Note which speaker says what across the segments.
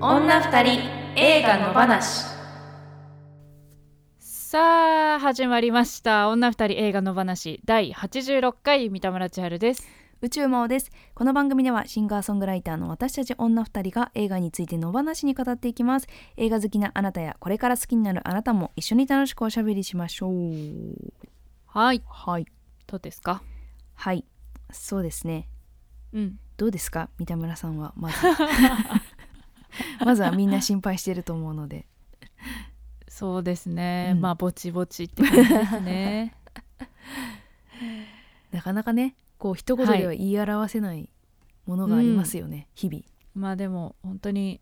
Speaker 1: た二人映画の話
Speaker 2: さあ始まりました女二人映画の話第86回三田村千春です
Speaker 3: 宇宙魔王ですこの番組ではシンガーソングライターの私たち女二人が映画について野放しに語っていきます映画好きなあなたやこれから好きになるあなたも一緒に楽しくおしゃべりしましょう
Speaker 2: はい
Speaker 3: はい
Speaker 2: どうですか
Speaker 3: はいそうですね
Speaker 2: うん
Speaker 3: どうですか三田村さんは まずまずはみんな心配してると思うので
Speaker 2: そうですね、
Speaker 3: うん
Speaker 2: まあぼちぼちって感じです ね
Speaker 3: なかなかねこう一言では言い表せないものがありますよね、日々
Speaker 2: まあでも本当に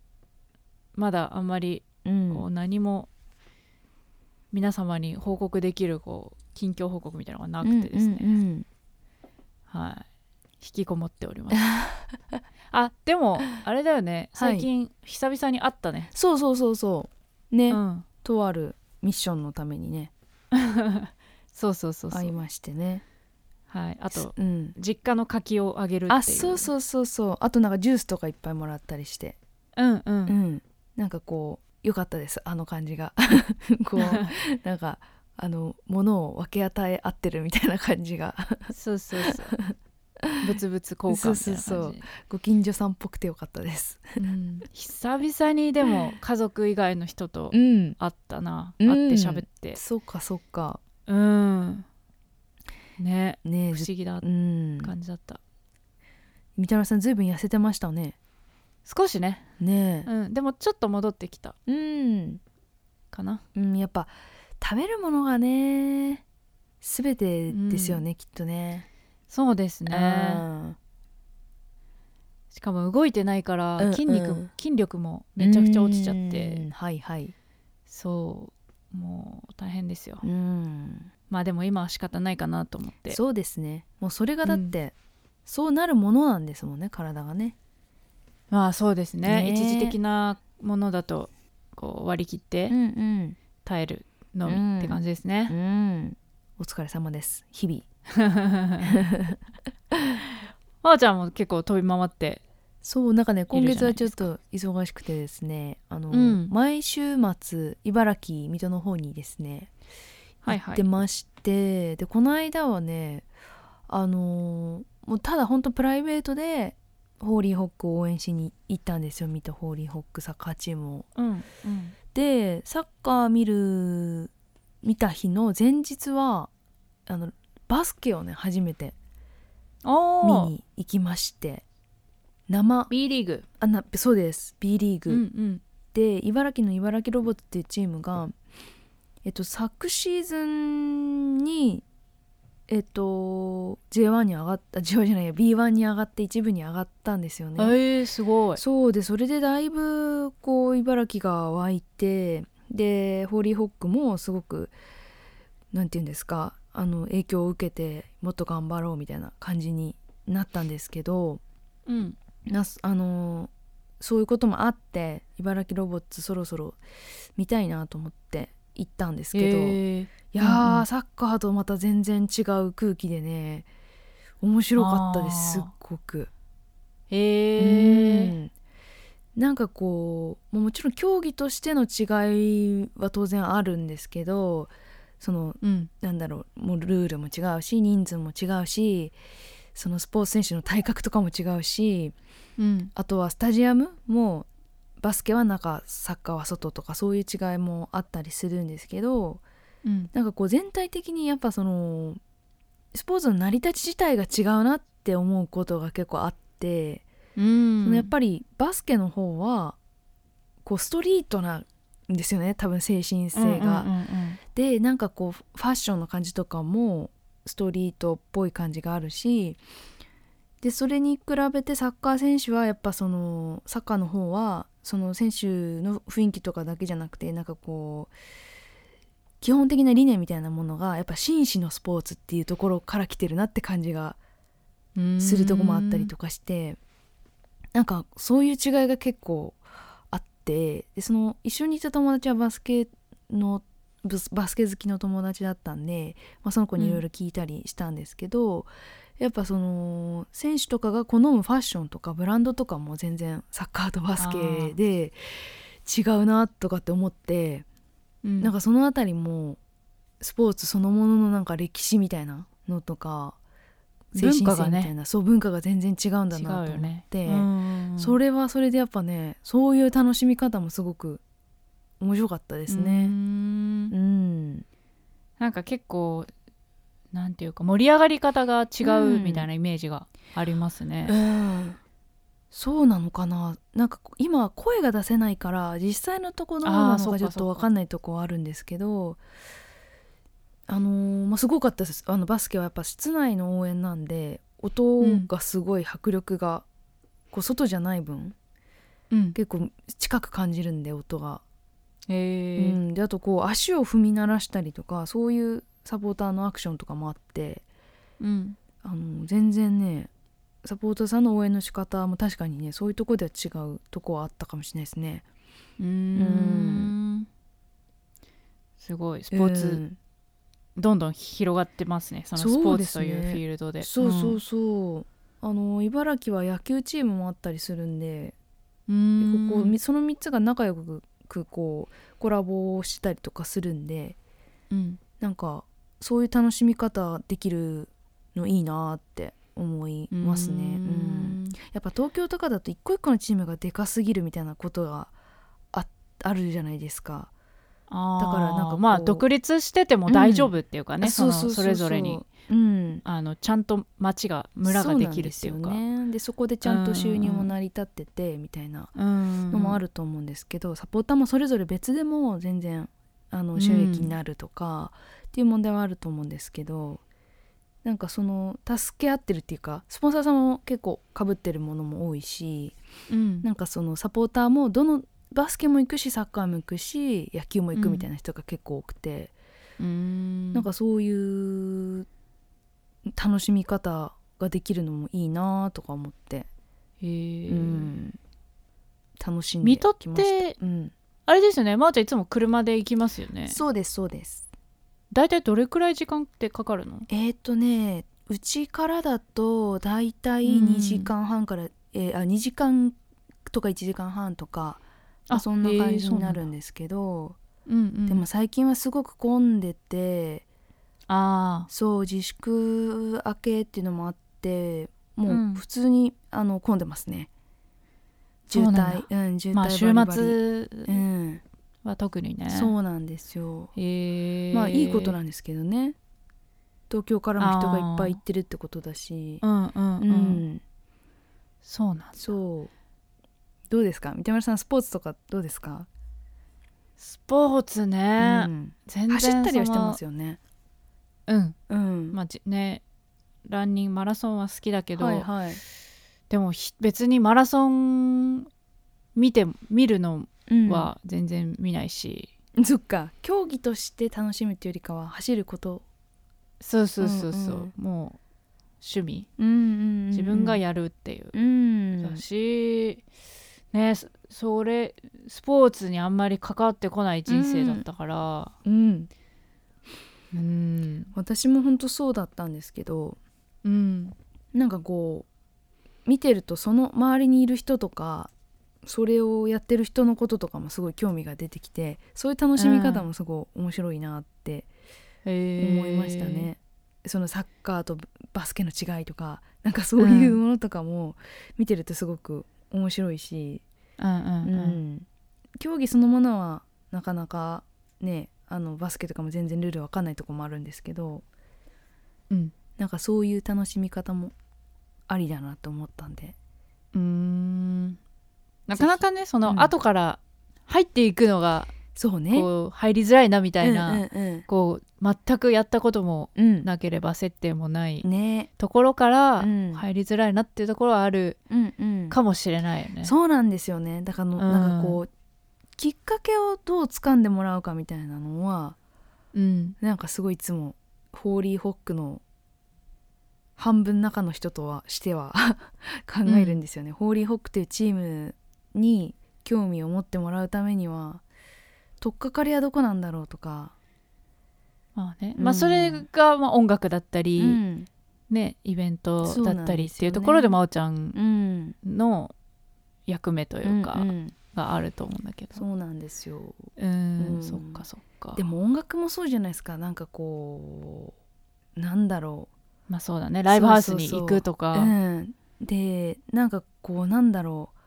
Speaker 2: まだあんまり
Speaker 3: うん
Speaker 2: こう何も皆様に報告できるこう近況報告みたいなのがなくてですね、
Speaker 3: うんうんうん
Speaker 2: はい引きこもってお りますあでもあれだよね
Speaker 3: はい
Speaker 2: 最近久々に会ったね、
Speaker 3: そうそうそうそうね、
Speaker 2: うん
Speaker 3: とあるミッションのためにね
Speaker 2: そうそうそうそう
Speaker 3: 会いましてね
Speaker 2: はい、あと
Speaker 3: うん
Speaker 2: 実家の柿をあげるっていう
Speaker 3: あそうそうそうそうあとなんかジュースとかいっぱいもらったりして
Speaker 2: うんうん、
Speaker 3: うんなんかこう良かったですあの感じが こうなんかあの物を分け与え合ってるみたいな 感じが
Speaker 2: そうそうそう 物々交換みたいな感じ
Speaker 3: そうそうそうご近所さんっぽくて良かったです
Speaker 2: うん、久々にでも家族以外の人と
Speaker 3: ん
Speaker 2: 会ったな、
Speaker 3: うん
Speaker 2: 会って喋って
Speaker 3: そっかそっか
Speaker 2: うんね
Speaker 3: ねえ
Speaker 2: 不思
Speaker 3: ず
Speaker 2: 議な
Speaker 3: うん
Speaker 2: 感じだった
Speaker 3: 三田村さんずいぶん痩せてましたね
Speaker 2: 少しね、
Speaker 3: ね
Speaker 2: うん、でもちょっと戻ってきた
Speaker 3: えうん、
Speaker 2: かな
Speaker 3: うん、やっぱ食べるものがね全てですよね、きっとね
Speaker 2: そうです
Speaker 3: う
Speaker 2: ね
Speaker 3: ん
Speaker 2: しかも動いてないから
Speaker 3: うん
Speaker 2: 筋肉、
Speaker 3: うん
Speaker 2: 筋力もめちゃくちゃ落ちちゃって
Speaker 3: うんはいはい
Speaker 2: そうもう大変ですよ
Speaker 3: うん
Speaker 2: まあでも今は仕方ないかなと思って
Speaker 3: そうですねもうそれがだって、そうなるものなんですもんね体がね
Speaker 2: まあそうですね
Speaker 3: ねえ
Speaker 2: 一時的なものだとこう割り切って
Speaker 3: ん
Speaker 2: 耐えるの
Speaker 3: う
Speaker 2: み
Speaker 3: ん
Speaker 2: って感じです
Speaker 3: う
Speaker 2: ね、
Speaker 3: んお疲れ様です日々
Speaker 2: まーちゃんも結構飛び回って
Speaker 3: そうなんかね今
Speaker 2: いるじゃ
Speaker 3: 月
Speaker 2: な
Speaker 3: はい
Speaker 2: で
Speaker 3: ちょっ
Speaker 2: すか
Speaker 3: と忙しくてですねあの、
Speaker 2: うん
Speaker 3: 毎週末茨城水戸の方にですね
Speaker 2: はい
Speaker 3: 行
Speaker 2: は
Speaker 3: っ
Speaker 2: い
Speaker 3: てまして、でこの間はねあのーもうただほんとプライベートでホーリーホックを応援しに行ったんですよ見たホーリーホックサッカーチームを。
Speaker 2: うん
Speaker 3: でサッカー見る見た日の前日はあのバスケをね初めて見
Speaker 2: おー
Speaker 3: に行きまして生
Speaker 2: B リーグ、
Speaker 3: あなそうです B リーグ、
Speaker 2: うんうん、
Speaker 3: で茨城の茨城ロボットっていうチームが、えっと、昨シーズンにえっと J1 に上がった J1 じゃないや B1 に上がって一部に上がったんですよね。
Speaker 2: えー、すごい
Speaker 3: そうでそれでだいぶこう茨城が湧いてでホーリーホックもすごくなんて言うんですかあの影響を受けてもっと頑張ろうみたいな感じになったんですけど
Speaker 2: うん
Speaker 3: なすあのそういうこともあって茨城ロボッツそろそろ見たいなと思って行ったんですけど、い
Speaker 2: えー
Speaker 3: やー、
Speaker 2: うんうん
Speaker 3: サッカーとまた全然違う空気でね面白かったですす
Speaker 2: あー
Speaker 3: っごく。
Speaker 2: えー
Speaker 3: うんなんかこうもうもちろん競技としての違いは当然あるんですけどその
Speaker 2: うん
Speaker 3: なんだろうもうルールも違うし人数も違うしそのスポーツ選手の体格とかも違うし
Speaker 2: うん
Speaker 3: あとはスタジアムもバスケは中サッカーは外とかそういう違いもあったりするんですけど
Speaker 2: うん
Speaker 3: なんかこう全体的にやっぱそのスポーツの成り立ち自体が違うなって思うことが結構あって。
Speaker 2: うん
Speaker 3: やっぱりバスケの方はこうストリートなんですよね多分精神性が。
Speaker 2: うんうんうん
Speaker 3: でなんかこうファッションの感じとかもストリートっぽい感じがあるしでそれに比べてサッカー選手はやっぱそのサッカーの方はその選手の雰囲気とかだけじゃなくてなんかこう基本的な理念みたいなものがやっぱ紳士のスポーツっていうところから来てるなって感じが
Speaker 2: うん
Speaker 3: するとこもあったりとかしてなんかそういう違いが結構あってでその一緒にいた友達はバスケのブスバスケ好きの友達だったんで、まあ、その子にいろいろ聞いたりしたんですけど、やっぱその選手とかが好むファッションとかブランドとかも全然サッカーとバスケで違うなとかって思って、
Speaker 2: うん
Speaker 3: なんかそのあたりもスポーツそのもののなんか歴史みたいなのとか精神
Speaker 2: 文化
Speaker 3: 性
Speaker 2: が
Speaker 3: みたい
Speaker 2: ね
Speaker 3: な、そう文化が全然違うんだ
Speaker 2: 違う
Speaker 3: な
Speaker 2: よ
Speaker 3: と思っ
Speaker 2: ね
Speaker 3: て、
Speaker 2: うん
Speaker 3: それはそれでやっぱねそういう楽しみ方もすごく面白かったです
Speaker 2: う
Speaker 3: ね。
Speaker 2: ん
Speaker 3: うん、
Speaker 2: なんか結構なんていうか盛り上がり方が違うみたいなイメージがありますね。
Speaker 3: うんそうなのかななんか今声が出せないから実際のとこどう
Speaker 2: あ
Speaker 3: な
Speaker 2: ー
Speaker 3: の
Speaker 2: そっ
Speaker 3: か
Speaker 2: か
Speaker 3: ちょっ
Speaker 2: そ
Speaker 3: と
Speaker 2: っか
Speaker 3: 分かんないとこはあるんですけどあのーまあ、すごかったですあのバスケはやっぱ室内の応援なんで音がすごい迫力が、こう外じゃない分
Speaker 2: うん
Speaker 3: 結構近く感じるんで音が、
Speaker 2: え
Speaker 3: う
Speaker 2: ー
Speaker 3: ん、であとこう足を踏み鳴らしたりとかそういうサポーターのアクションとかもあって
Speaker 2: うん
Speaker 3: あの全然ねサポーターさんの応援の仕方も確かにねそういうとこでは違うとこはあったかもしれないですね。
Speaker 2: うーんすごいスポーツ、
Speaker 3: うん
Speaker 2: どんどん広がってますねそのスポーツというフィールドで
Speaker 3: そうそうそう、あの茨城は野球チームもあったりするんで、
Speaker 2: うん
Speaker 3: ここみその3つが仲良くこうコラボをしたりとかするんで
Speaker 2: うん
Speaker 3: なんかそういう楽しみ方できるのいいなって思いますね。
Speaker 2: う
Speaker 3: うん
Speaker 2: ん
Speaker 3: やっぱ東京とかだと一個一個のチームがでかすぎるみたいなことがああるじゃないですか。
Speaker 2: あー
Speaker 3: だからなんかこう
Speaker 2: まあ独立してても大丈夫っていうかね、
Speaker 3: あ
Speaker 2: そのそれぞれに、
Speaker 3: うん、
Speaker 2: あのちゃんと町が村ができるっていう
Speaker 3: そ
Speaker 2: か
Speaker 3: なんですよね、でそこでちゃんと収入も成り立っててみたいなの
Speaker 2: の
Speaker 3: もあると思うんですけど、サポーターもそれぞれ別でも全然あ
Speaker 2: う
Speaker 3: の
Speaker 2: ん
Speaker 3: 収益になるとかっていう問題はあると思うんですけどなんかその助け合ってるっていうかスポンサーさんも結構かぶってるものも多いし
Speaker 2: うん
Speaker 3: なんかそのサポーターもどのバスケも行くしサッカーも行くし野球も行くみたいな人が結構多くて、
Speaker 2: うん
Speaker 3: なんかそういう楽しみ方ができるのもいいなとか思って、
Speaker 2: へー
Speaker 3: うん、楽しんで
Speaker 2: 水
Speaker 3: きました
Speaker 2: 戸っ、て
Speaker 3: うん、
Speaker 2: あれですよねまー、ちゃんいつも車で行きますよね
Speaker 3: そうですそうです
Speaker 2: だいたいどれくらい時間ってかかるの
Speaker 3: えーっ、とねうちからだとだいたい
Speaker 2: うん
Speaker 3: 2時間半から、えーあ2時間とか1時間半とか
Speaker 2: あ
Speaker 3: そんな感
Speaker 2: へー
Speaker 3: じ
Speaker 2: そう
Speaker 3: に
Speaker 2: な
Speaker 3: なん
Speaker 2: だ
Speaker 3: るんですけど、
Speaker 2: うんうん
Speaker 3: でも最近はすごく混んでて
Speaker 2: ああ
Speaker 3: そう自粛明けっていうのもあって
Speaker 2: う
Speaker 3: も
Speaker 2: ん
Speaker 3: う普通に、あの混んでますね
Speaker 2: そうな
Speaker 3: 渋
Speaker 2: んだ
Speaker 3: 滞うん渋滞
Speaker 2: まあ週
Speaker 3: バリバリ
Speaker 2: 末
Speaker 3: うん、
Speaker 2: は特にね
Speaker 3: そうなんですよ
Speaker 2: へえ
Speaker 3: まあいいこと
Speaker 2: ん
Speaker 3: なんですけどね東京からも人がいっぱい行ってるってことだし
Speaker 2: うんうん
Speaker 3: う
Speaker 2: うん、
Speaker 3: ん、
Speaker 2: そうなんだ
Speaker 3: そうどうですか三田村さんスポーツとかどうですか、
Speaker 2: スポーツね、
Speaker 3: うん
Speaker 2: 全然
Speaker 3: 走ったりはしてますすよね
Speaker 2: うん
Speaker 3: うん、
Speaker 2: まあじねランニングマラソンは好きだけど、
Speaker 3: はいはい、
Speaker 2: でもひ別にマラソン見て見るの
Speaker 3: うん、
Speaker 2: は全然見ないし、
Speaker 3: そっか競技として楽しむっていうよりかは走ること、
Speaker 2: そうそうそうそう、
Speaker 3: うん
Speaker 2: もう趣味
Speaker 3: 自
Speaker 2: 自分がやるっていう、
Speaker 3: うん
Speaker 2: だしねそそれスポーツにあんまり関わってこない人生だったから
Speaker 3: うん、
Speaker 2: うん
Speaker 3: 私も本当そうだったんですけど
Speaker 2: うん
Speaker 3: なんかこう見てるとその周りにいる人とかそれをやってる人のこととかもすごい興味が出てきてそういう楽しみ方もすごい面白いなって思いましたね。そのサッカーとバスケの違いとかなんかそういうものとかも見てるとすごく面白いし、
Speaker 2: えーうんうん
Speaker 3: う
Speaker 2: うん
Speaker 3: ん競技そのものはなかなかねあのバスケとかも全然ルールわかんないとこもあるんですけど
Speaker 2: うん
Speaker 3: なんかそういう楽しみ方もありだなと思ったんで
Speaker 2: うーんなかなかねそうの
Speaker 3: ん
Speaker 2: 後から入っていくのが
Speaker 3: そうねみ
Speaker 2: こう入りづらいなみたいな、
Speaker 3: うんうん
Speaker 2: こう全くやったことも
Speaker 3: うん、
Speaker 2: なければ接点もない
Speaker 3: ね
Speaker 2: ところから
Speaker 3: うん
Speaker 2: 入りづらいなっていうところはある
Speaker 3: うんうん
Speaker 2: かもしれないよね。
Speaker 3: そうなんですよねだからの、
Speaker 2: うん
Speaker 3: なんかこうきっかけをどう掴んでもらうかみたいなのは
Speaker 2: うん、
Speaker 3: なんかすごいいつもホーリーホックの半分中の人とはしては 考えるんですよね、ホーリーホックというチームに興味を持ってもらうためには取っかかりはどこなんだろうとか、
Speaker 2: まあね、
Speaker 3: うん
Speaker 2: まあそれがまあ音楽だったり、
Speaker 3: うん
Speaker 2: ねイベントだ
Speaker 3: そうな
Speaker 2: っ
Speaker 3: ん
Speaker 2: たりっ
Speaker 3: です
Speaker 2: て
Speaker 3: よね
Speaker 2: いうところで真央ちゃん
Speaker 3: うん
Speaker 2: の役目というか、
Speaker 3: うんうん
Speaker 2: があると思うんだけど
Speaker 3: そうなんですよ
Speaker 2: うーん
Speaker 3: うん
Speaker 2: そっかそっか
Speaker 3: でも音楽もそうじゃないですかなんかこうなんだろ
Speaker 2: まあそうだねライブハウスに
Speaker 3: そうそうそう
Speaker 2: 行くと
Speaker 3: う、
Speaker 2: か
Speaker 3: うん、でなんかこうなんだろう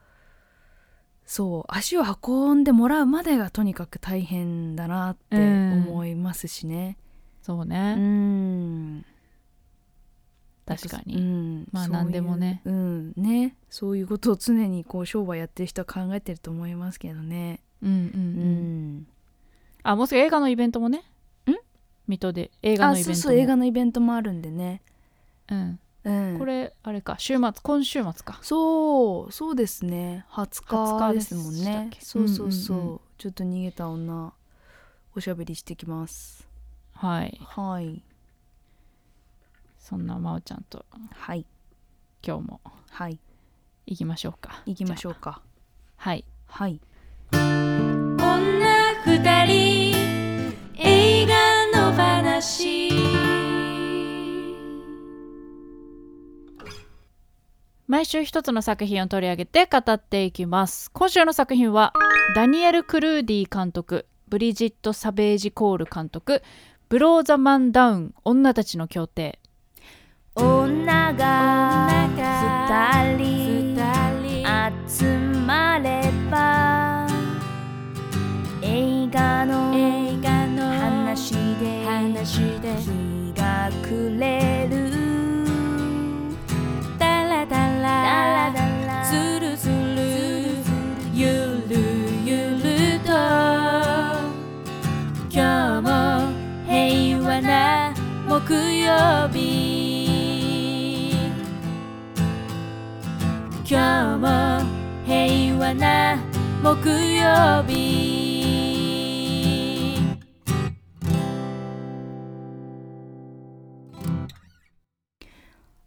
Speaker 3: そう足を運んでもらうまでがとにかく大変だなって思いますしね。
Speaker 2: そう
Speaker 3: う
Speaker 2: ね、
Speaker 3: ん
Speaker 2: 確かに、
Speaker 3: うん、
Speaker 2: まあ
Speaker 3: そういう
Speaker 2: 何でもね
Speaker 3: うんねそういうことを常にこう商売やってる人は考えてると思いますけどね
Speaker 2: うんうん
Speaker 3: う
Speaker 2: うん
Speaker 3: ん、
Speaker 2: あもうすぐ映画のイベントもね
Speaker 3: ん
Speaker 2: 水戸で映画
Speaker 3: あ
Speaker 2: のイベント
Speaker 3: そう
Speaker 2: も
Speaker 3: そう映画のイベントもあるんでね、
Speaker 2: うん、
Speaker 3: うん、
Speaker 2: これあれか週末今週末か
Speaker 3: そうそうですね20
Speaker 2: 20
Speaker 3: 日
Speaker 2: 日
Speaker 3: ですもん
Speaker 2: でしたっ
Speaker 3: ね
Speaker 2: け
Speaker 3: そうそうそう,、
Speaker 2: うんうんうん
Speaker 3: ちょっと逃げた女おしゃべりしてきます
Speaker 2: はい
Speaker 3: はい
Speaker 2: そんな真央ちゃんと
Speaker 3: はい
Speaker 2: 今日も
Speaker 3: はい
Speaker 2: 行きましょうか
Speaker 3: 行きましょ
Speaker 2: う
Speaker 3: うか
Speaker 2: はい
Speaker 3: はい
Speaker 1: 女二人映画の話
Speaker 2: 毎週一つの作品を取り上げて語っていきます今週の作品はダニエル・クルーディ監督ブリジット・サベージ・コール監督「ブロー・ザ・マン・ダウン女たちの協定
Speaker 1: 女が二人集まれば映画の話で日が暮れるダラダラズルズルゆるゆると今日も平和な木曜日今日も平和な木曜日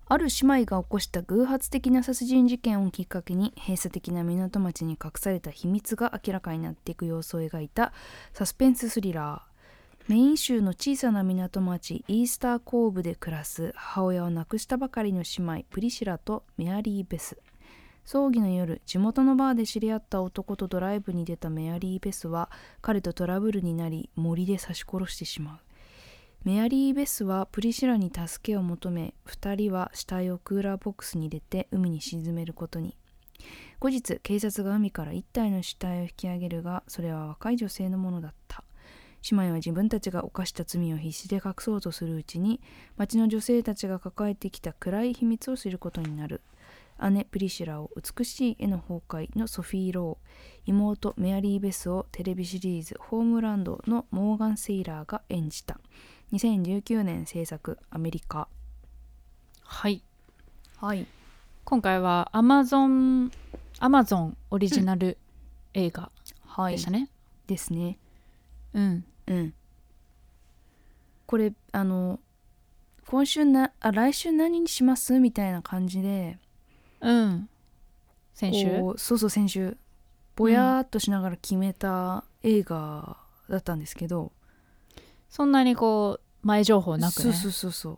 Speaker 3: ある姉妹が起こした偶発的な殺人事件をきっかけに閉鎖的な港町に隠された秘密が明らかになっていく様子を描いたサスペンススリラーメイン州の小さな港町イースターコーブで暮らす母親を亡くしたばかりの姉妹プリシラとメアリー・ベス葬儀の夜地元のバーで知り合った男とドライブに出たメアリー・ベスは彼とトラブルになり森で刺し殺してしまうメアリー・ベスはプリシラに助けを求め2人は死体をクーラーボックスに入れて海に沈めることに後日警察が海から1体の死体を引き上げるがそれは若い女性のものだった姉妹は自分たちが犯した罪を必死で隠そうとするうちに町の女性たちが抱えてきた暗い秘密を知ることになる姉プリシラを美しい絵の崩壊のソフィー・ロー妹メアリー・ベスをテレビシリーズ「ホームランド」のモーガン・セイラーが演じた2019年制作アメリカ
Speaker 2: はい
Speaker 3: はい
Speaker 2: 今回は Amazon, Amazon オリジナル映画
Speaker 3: は
Speaker 2: で
Speaker 3: い
Speaker 2: したね、
Speaker 3: ですね
Speaker 2: うん
Speaker 3: うんこれあの今週なあ来週何にしますみたいな感じで
Speaker 2: うん先週
Speaker 3: こうそうそう先週ぼやーっとしながら決めた映画だったんですけど、
Speaker 2: そんなにこう前情報なくね
Speaker 3: そうそうそうそう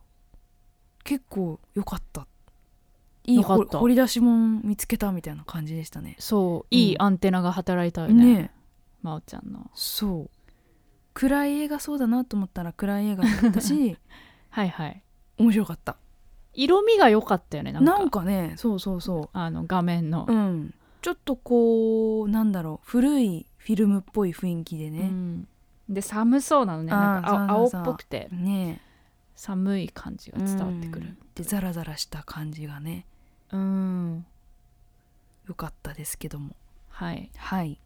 Speaker 3: 結構良かったいい
Speaker 2: 良かっ
Speaker 3: 掘
Speaker 2: た
Speaker 3: 掘り出し物見つけたみたいな感じでしたね
Speaker 2: そういいアンテナが働いたよね、
Speaker 3: ねえ
Speaker 2: 真央ちゃんの
Speaker 3: そう暗い映画そうだなと思ったら暗い映画だった し
Speaker 2: はいはい
Speaker 3: 面白かった
Speaker 2: 色味が良かったよねな
Speaker 3: なんん
Speaker 2: か
Speaker 3: かねそうそうそ
Speaker 2: あの画面の
Speaker 3: う、うん、ちょっとこうなんだろう古いフィルムっぽい雰囲気で
Speaker 2: う
Speaker 3: ね、
Speaker 2: んで寒そうなのね
Speaker 3: あー
Speaker 2: なんか青
Speaker 3: そうそうそう
Speaker 2: 青っぽくて
Speaker 3: ね
Speaker 2: 寒い感じが伝わってく
Speaker 3: う
Speaker 2: る
Speaker 3: んでザラザラした感じがね
Speaker 2: うん、
Speaker 3: 良かったですけども
Speaker 2: はい
Speaker 3: はい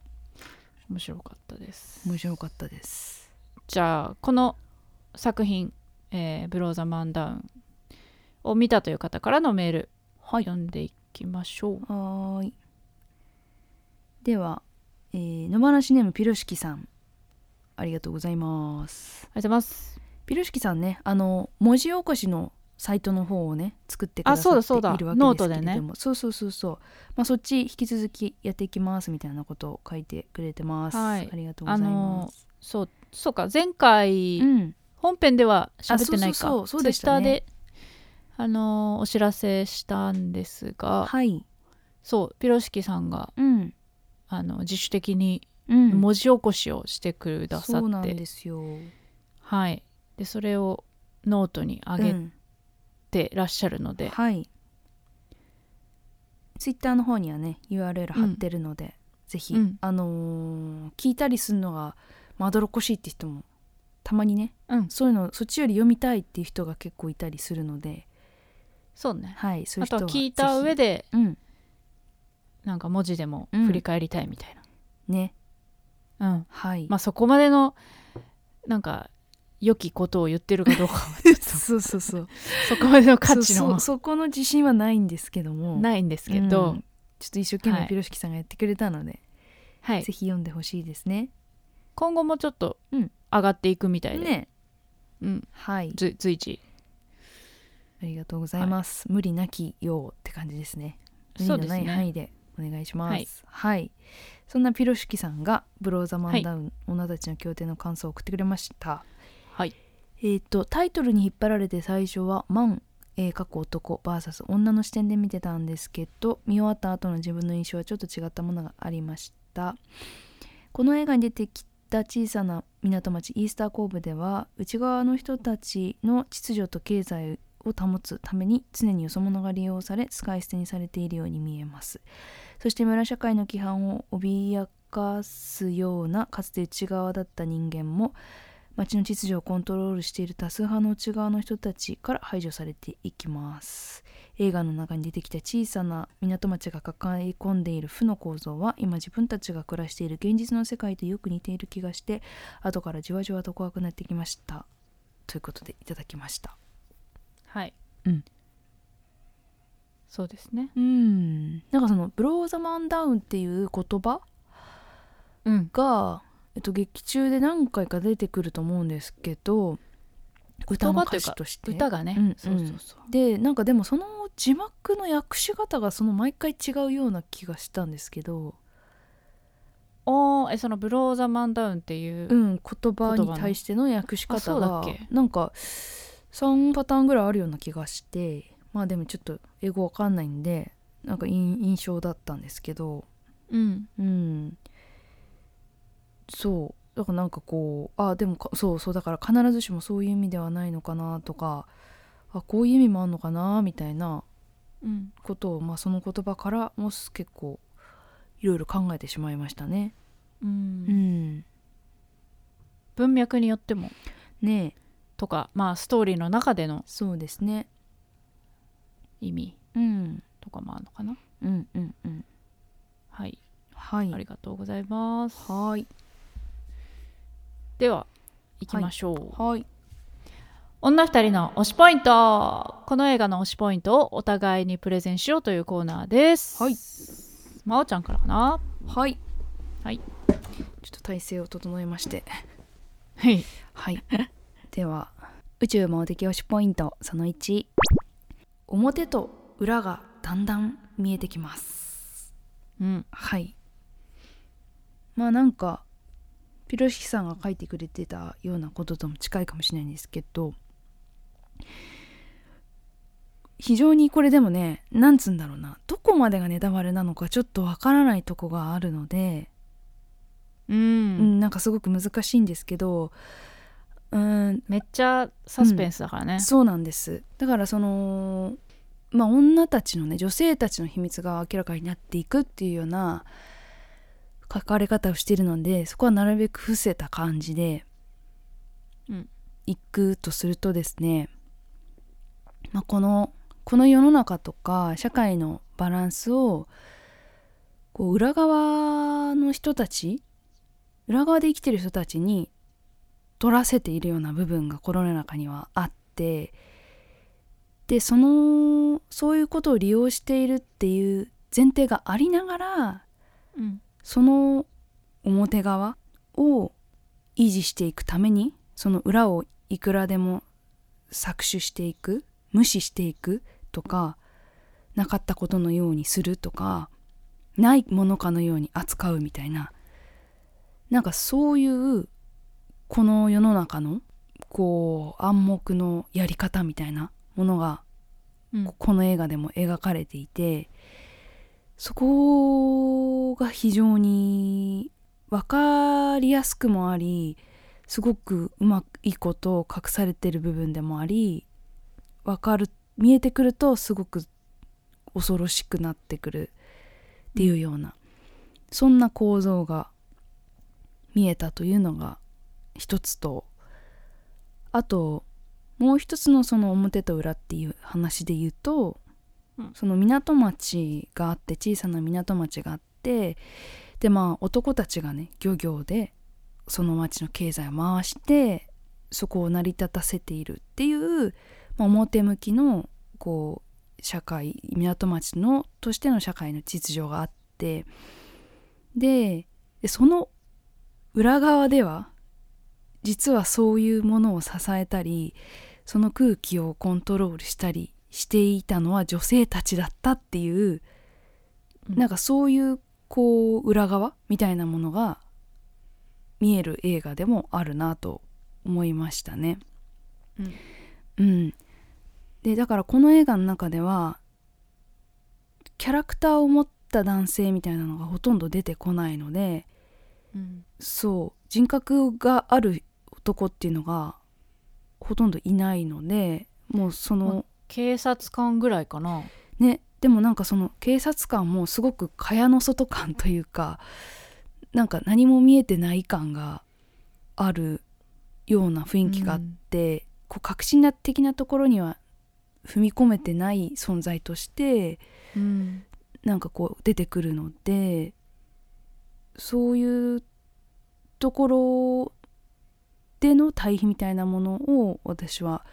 Speaker 2: 面白かったです
Speaker 3: 面白かったです
Speaker 2: じゃあこの作品「えーブローザ・マンダウン」を見たという方からのメール、読んでいきましょう
Speaker 3: はーいでは、えー、野放しネームピロシキさんありがとうございます
Speaker 2: ありがとうございます
Speaker 3: ピルシキさんねあの文字起こしのサイトの方をね作ってくださ
Speaker 2: あそうだ
Speaker 3: って
Speaker 2: そうだ
Speaker 3: いるわけですけれども
Speaker 2: ノートでね
Speaker 3: そうそうそうそう、まあ、そっち引き続きやっていきますみたいなことを書いてくれてます、
Speaker 2: はい
Speaker 3: ありがとうございます、
Speaker 2: そうそうか前回、
Speaker 3: うん
Speaker 2: 本編では喋ってない
Speaker 3: あ
Speaker 2: か
Speaker 3: そうそうそうそうでし
Speaker 2: ツイッタ
Speaker 3: た
Speaker 2: ー
Speaker 3: ね
Speaker 2: であのーお知らせしたんですが
Speaker 3: はい
Speaker 2: そうピロシキさんが
Speaker 3: うん
Speaker 2: あの自主的に
Speaker 3: うん
Speaker 2: 文字起こしをしてくださ
Speaker 3: そうな
Speaker 2: っ
Speaker 3: ん
Speaker 2: て、
Speaker 3: ですよ。
Speaker 2: はい、でそれをノートに
Speaker 3: あ
Speaker 2: 上げてらっしゃるので、
Speaker 3: はい。ツイッターの方にはね URL 貼ってるので、ぜひ、
Speaker 2: うん
Speaker 3: あのー聞いたりするのがまどろっこしいって人もたまにね
Speaker 2: うん
Speaker 3: そういうのそっちより読みたいっていう人が結構いたりするので、
Speaker 2: そうね
Speaker 3: はい、そういう
Speaker 2: あ
Speaker 3: 人
Speaker 2: とは聞いた上
Speaker 3: で、
Speaker 2: で
Speaker 3: うん、
Speaker 2: なんか文字でも振り返りたいみたい
Speaker 3: ね、
Speaker 2: な、うん
Speaker 3: はい。
Speaker 2: まあそこまでのなんか良きことを言ってるかどうか は
Speaker 3: そうそうそう。
Speaker 2: そこまでの 価値
Speaker 3: そうそ
Speaker 2: の
Speaker 3: うそこの自信はないんですけども、
Speaker 2: ないんですけど、
Speaker 3: うんちょっと一生懸
Speaker 2: は
Speaker 3: 命
Speaker 2: い
Speaker 3: ピロシキさんがやってくれたので、
Speaker 2: はい
Speaker 3: ぜひ読んでほしいですね。
Speaker 2: 今後もちょっと
Speaker 3: うん
Speaker 2: 上がっていくみたいで、
Speaker 3: ね、
Speaker 2: うん、
Speaker 3: はい、
Speaker 2: ず随時
Speaker 3: ありがとうございます。無理なきようって感じですね。無
Speaker 2: そう
Speaker 3: 理の
Speaker 2: です
Speaker 3: ない
Speaker 2: ね、
Speaker 3: 範囲でお願いします。はい、そんなピロシキさんがブローザマンダウン、女たちの協定の感想を送ってくれました。
Speaker 2: はい
Speaker 3: えー、とタイトルに引っ張られて最初は「マン」えー、過去男 VS 女の視点で見てたんですけど見終わった後の自分の印象はちょっと違ったものがありましたこの映画に出てきた小さな港町イースターコーブでは内側の人たちの秩序と経済を保つために常によそ者が利用され使い捨てにされているように見えますそして村社会の規範を脅かすようなかつて内側だった人間も町の秩序をコントロールしている多数派の内側の人たちから排除されていきます映画の中に出てきた小さな港町が抱え込んでいる負の構造は今自分たちが暮らしている現実の世界とよく似ている気がして後からじわじわと怖くなってきましたということでいただきました
Speaker 2: はい、
Speaker 3: うん
Speaker 2: そうですね
Speaker 3: うんなんかその「ブローザマンダウン」っていう言葉
Speaker 2: うん
Speaker 3: が、えっと、劇中で何回か出てくると思うんですけど歌の歌詞として
Speaker 2: 歌がね、
Speaker 3: うんうん
Speaker 2: そうそうそう
Speaker 3: でなんかでもその字幕の訳し方がその毎回違うような気がしたんですけど、
Speaker 2: おーえその「ブローザ・マンダウン」っていう、
Speaker 3: うん、言葉に対しての訳し
Speaker 2: あそ
Speaker 3: 方
Speaker 2: うだっ
Speaker 3: が
Speaker 2: け
Speaker 3: なんか3パターンぐらいあるような気がしてまあでもちょっと英語わかんないんでなんかい印象だったんですけど、
Speaker 2: うん
Speaker 3: うん、そうだからなんかこうあでもかそうそうだから必ずしもそういう意味ではないのかなとかあこういう意味もあるのかなみたいな
Speaker 2: うん
Speaker 3: ことを、まあ、その言葉からもす結構いろいろ考えてしまいましたね。
Speaker 2: うん
Speaker 3: うん、
Speaker 2: 文脈によっても
Speaker 3: ねえ
Speaker 2: とかまあストーリーの中での
Speaker 3: そうですね。
Speaker 2: 意味
Speaker 3: うん、
Speaker 2: とかもあるのかな
Speaker 3: うんうんうん
Speaker 2: はい
Speaker 3: はい
Speaker 2: ありがとうございます
Speaker 3: はい
Speaker 2: では行きましょう、
Speaker 3: はい
Speaker 2: 女二人の推しポイントこの映画の推しポイントをお互いにプレゼンしようというコーナーです
Speaker 3: はい
Speaker 2: まおちゃんからかな
Speaker 3: はい
Speaker 2: はい
Speaker 3: ちょっと体勢を整えまして
Speaker 2: はい
Speaker 3: はい では宇宙盲的推しポイントその1表と裏がだんだん見えてきます
Speaker 2: うん
Speaker 3: はいまあなんかピロシキさんが書いてくれてたようなこととも近いかもしれないんですけど非常にこれでもねなんつうんだろうなどこまでがネタバレなのかちょっとわからないとこがあるので、
Speaker 2: う
Speaker 3: うんん、なんかすごく難しいんですけどうん
Speaker 2: めっちゃサスペンスだからね、
Speaker 3: そうなんですだからそのまあ女たちのね女性たちの秘密が明らかになっていくっていうような書かれ方をしているのでそこはなるべく伏せた感じで
Speaker 2: うん
Speaker 3: いくとするとですね、まあ、このこの世の中とか社会のバランスをこう裏側の人たち裏側で生きてる人たちに取らせているような部分がコロナの中にはあってでそのそういうことを利用しているっていう前提がありながら
Speaker 2: うん
Speaker 3: その表側を維持していくためにその裏をいくらでも搾取していく無視していくとかなかったことのようにするとかないものかのように扱うみたいななんかそういうこの世の中のこう暗黙のやり方みたいなものが
Speaker 2: うん
Speaker 3: この映画でも描かれていてそこが非常に分かりやすくもありすごくうまいことを隠されてる部分でもあり分かる見えてくるとすごく恐ろしくなってくるっていうような、そんな構造が見えたというのが一つとあともう一つのその表と裏っていう話で言うと、
Speaker 2: うん
Speaker 3: その港町があって小さな港町があってでまあ男たちがね漁業でその町の経済を回してそこを成り立たせているっていう、まあ、表向きのこう社会港町のとしての社会の秩序があってででその裏側では実はそういうものを支えたりその空気をコントロールしたりしていたのは女性たちだったっていう、
Speaker 2: うん
Speaker 3: なんかそういうこう裏側みたいなものが見える映画でもあるなと思いましたね。
Speaker 2: うん
Speaker 3: うんでだからこの映画の中ではキャラクターを持った男性みたいなのがほとんど出てこないので、
Speaker 2: うん
Speaker 3: そう人格がある男っていうのがほとんどいないのでもうその
Speaker 2: 警察官ぐらいかな
Speaker 3: ねでもなんかその警察官もすごく蚊帳の外感というかなんか何も見えてない感があるような雰囲気があって、こう革新的なところには踏み込めてない存在として
Speaker 2: うん
Speaker 3: なんかこう出てくるのでそういうところでの対比みたいなものを私は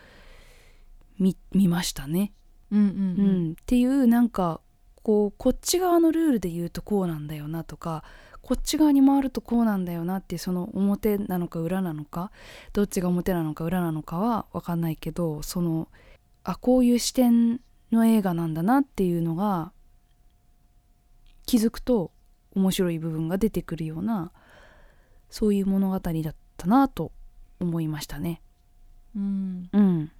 Speaker 3: 見見ましたね、
Speaker 2: うんうん
Speaker 3: うんっていうなんかこうこっち側のルールで言うとこうなんだよなとかこっち側に回るとこうなんだよなっていうその表なのか裏なのかどっちが表なのか裏なのかは分かんないけどそのあこういう視点の映画なんだなっていうのが気づくと面白い部分が出てくるようなそういう物語だったなと思いましたね。
Speaker 2: うん
Speaker 3: うん、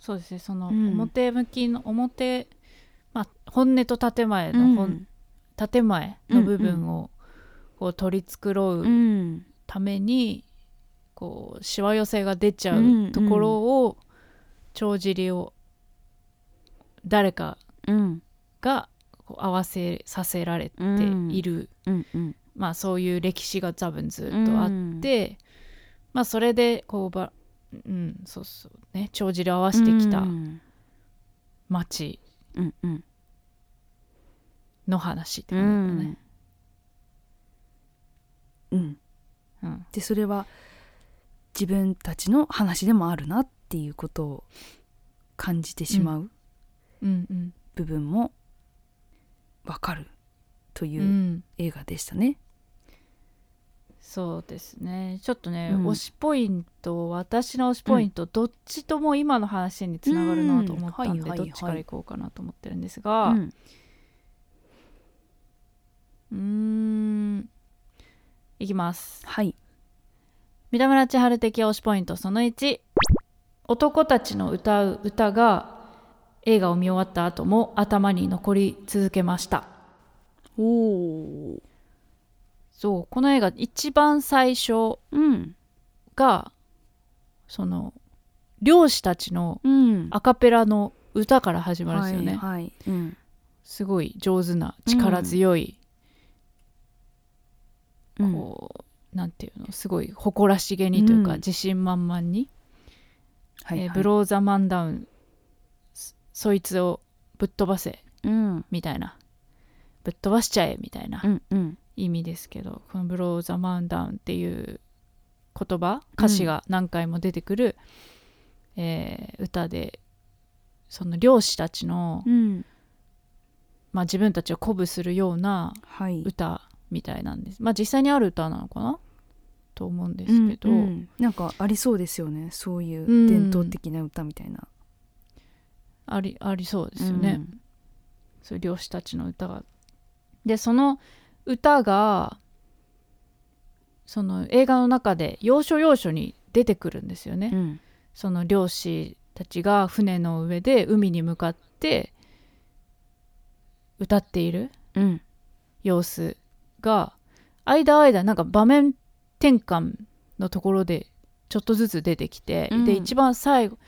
Speaker 2: そうですねその
Speaker 3: うん
Speaker 2: 表向きの表、まあ、本音と建前の、ほん建前の部分をこう取り
Speaker 3: う
Speaker 2: 繕うんために、こうしわ寄せが出ちゃ
Speaker 3: んう
Speaker 2: うんうところを帳尻を誰か
Speaker 3: うん
Speaker 2: がこう合わせさせられている、
Speaker 3: うんうん
Speaker 2: まあ、そういう歴史が多分ずっとあっ
Speaker 3: うん
Speaker 2: て、まあ、それでこうば、うん、そうそうね帳尻を合わせてきた
Speaker 3: うん
Speaker 2: 町
Speaker 3: うんうん
Speaker 2: の話って
Speaker 3: う
Speaker 2: 感じだね
Speaker 3: ん。うん、
Speaker 2: うん
Speaker 3: でそれは自分たちの話でもあるなっていうことを感じてしまう
Speaker 2: うんうん
Speaker 3: 部分もわかると
Speaker 2: う
Speaker 3: いうん映画でしたね。
Speaker 2: そうですねちょっとね、
Speaker 3: うん
Speaker 2: 推しポイント私の推しポイント、どっちとも今の話につながるなと思ったんで、
Speaker 3: うんはいはいはい
Speaker 2: どっちからいこうかなと思ってるんですが、
Speaker 3: う
Speaker 2: うんーんいきます
Speaker 3: はい、
Speaker 2: 三田村千春的推しポイントその1男たちの歌う歌が映画を見終わった後も頭に残り続けました
Speaker 3: お
Speaker 2: そうこの映画一番最初
Speaker 3: うん
Speaker 2: がその漁師たちの
Speaker 3: うん
Speaker 2: アカペラの歌から始まるんですよね、
Speaker 3: はいはいうん
Speaker 2: すごい上手な力強い、こうなんていうのすごい誇らしげにというか、
Speaker 3: うん
Speaker 2: 自信満々に、
Speaker 3: はい
Speaker 2: えーブローザ・マンダウンそそいつをぶっ飛ばせ
Speaker 3: うん
Speaker 2: みたいなぶっ飛ばしちゃえみたいな
Speaker 3: うんうん
Speaker 2: 意味ですけど、この「ブロー・ザ・マウンダウン」っていう言葉歌詞が何回も出てくる、えー歌でその漁師たちの、
Speaker 3: うん
Speaker 2: まあ、自分たちを鼓舞するような
Speaker 3: はい
Speaker 2: 歌みたいなんですまあ実際にある歌なのかなと思うんですけど、
Speaker 3: うんうんなんかありそうですよねそういう
Speaker 2: うん
Speaker 3: 伝統的な歌みたいな。
Speaker 2: ありありそうですよね、
Speaker 3: うん
Speaker 2: そういう漁師たちの歌が。でその歌がその映画の中で要所要所に出てくるんですよね。
Speaker 3: うん
Speaker 2: その漁師たちが船の上で海に向かって歌っている
Speaker 3: うん
Speaker 2: 様子が間間なんか場面転換のところでちょっとずつ出てきて、
Speaker 3: うん
Speaker 2: で一番最後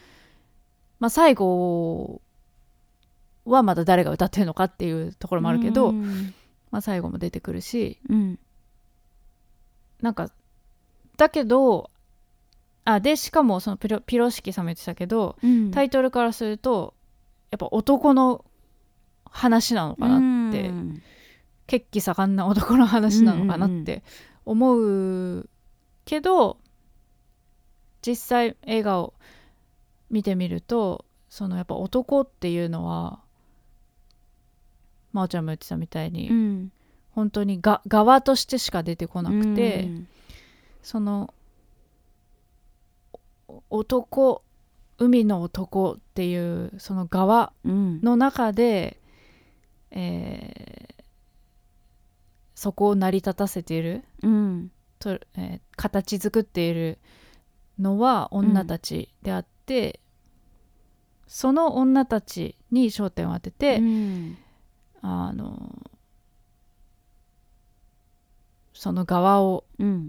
Speaker 2: まあ最後はまだ誰が歌ってるのかっていうところもあるけど、
Speaker 3: うん
Speaker 2: まあ、最後も出てくるし
Speaker 3: うん
Speaker 2: なんかだけどあでしかもそのピロピロシキさんも言ってたけど、
Speaker 3: うん
Speaker 2: タイトルからするとやっぱ男の話なのかなって
Speaker 3: うん
Speaker 2: 血気盛んな男の話なのかなって思うけど、実際映画を見てみるとそのやっぱ男っていうのは真央ちゃんも言ってたみたいに、
Speaker 3: うん
Speaker 2: 本当にが側としてしか出てこなくて、
Speaker 3: うん
Speaker 2: そのお男海の男っていうその側
Speaker 3: うん
Speaker 2: の中で、えーそこを成り立たせている
Speaker 3: うん
Speaker 2: と、えー形作っているのは女たちであって、その女たちに焦点を当てて、
Speaker 3: うん
Speaker 2: あのその側を
Speaker 3: うん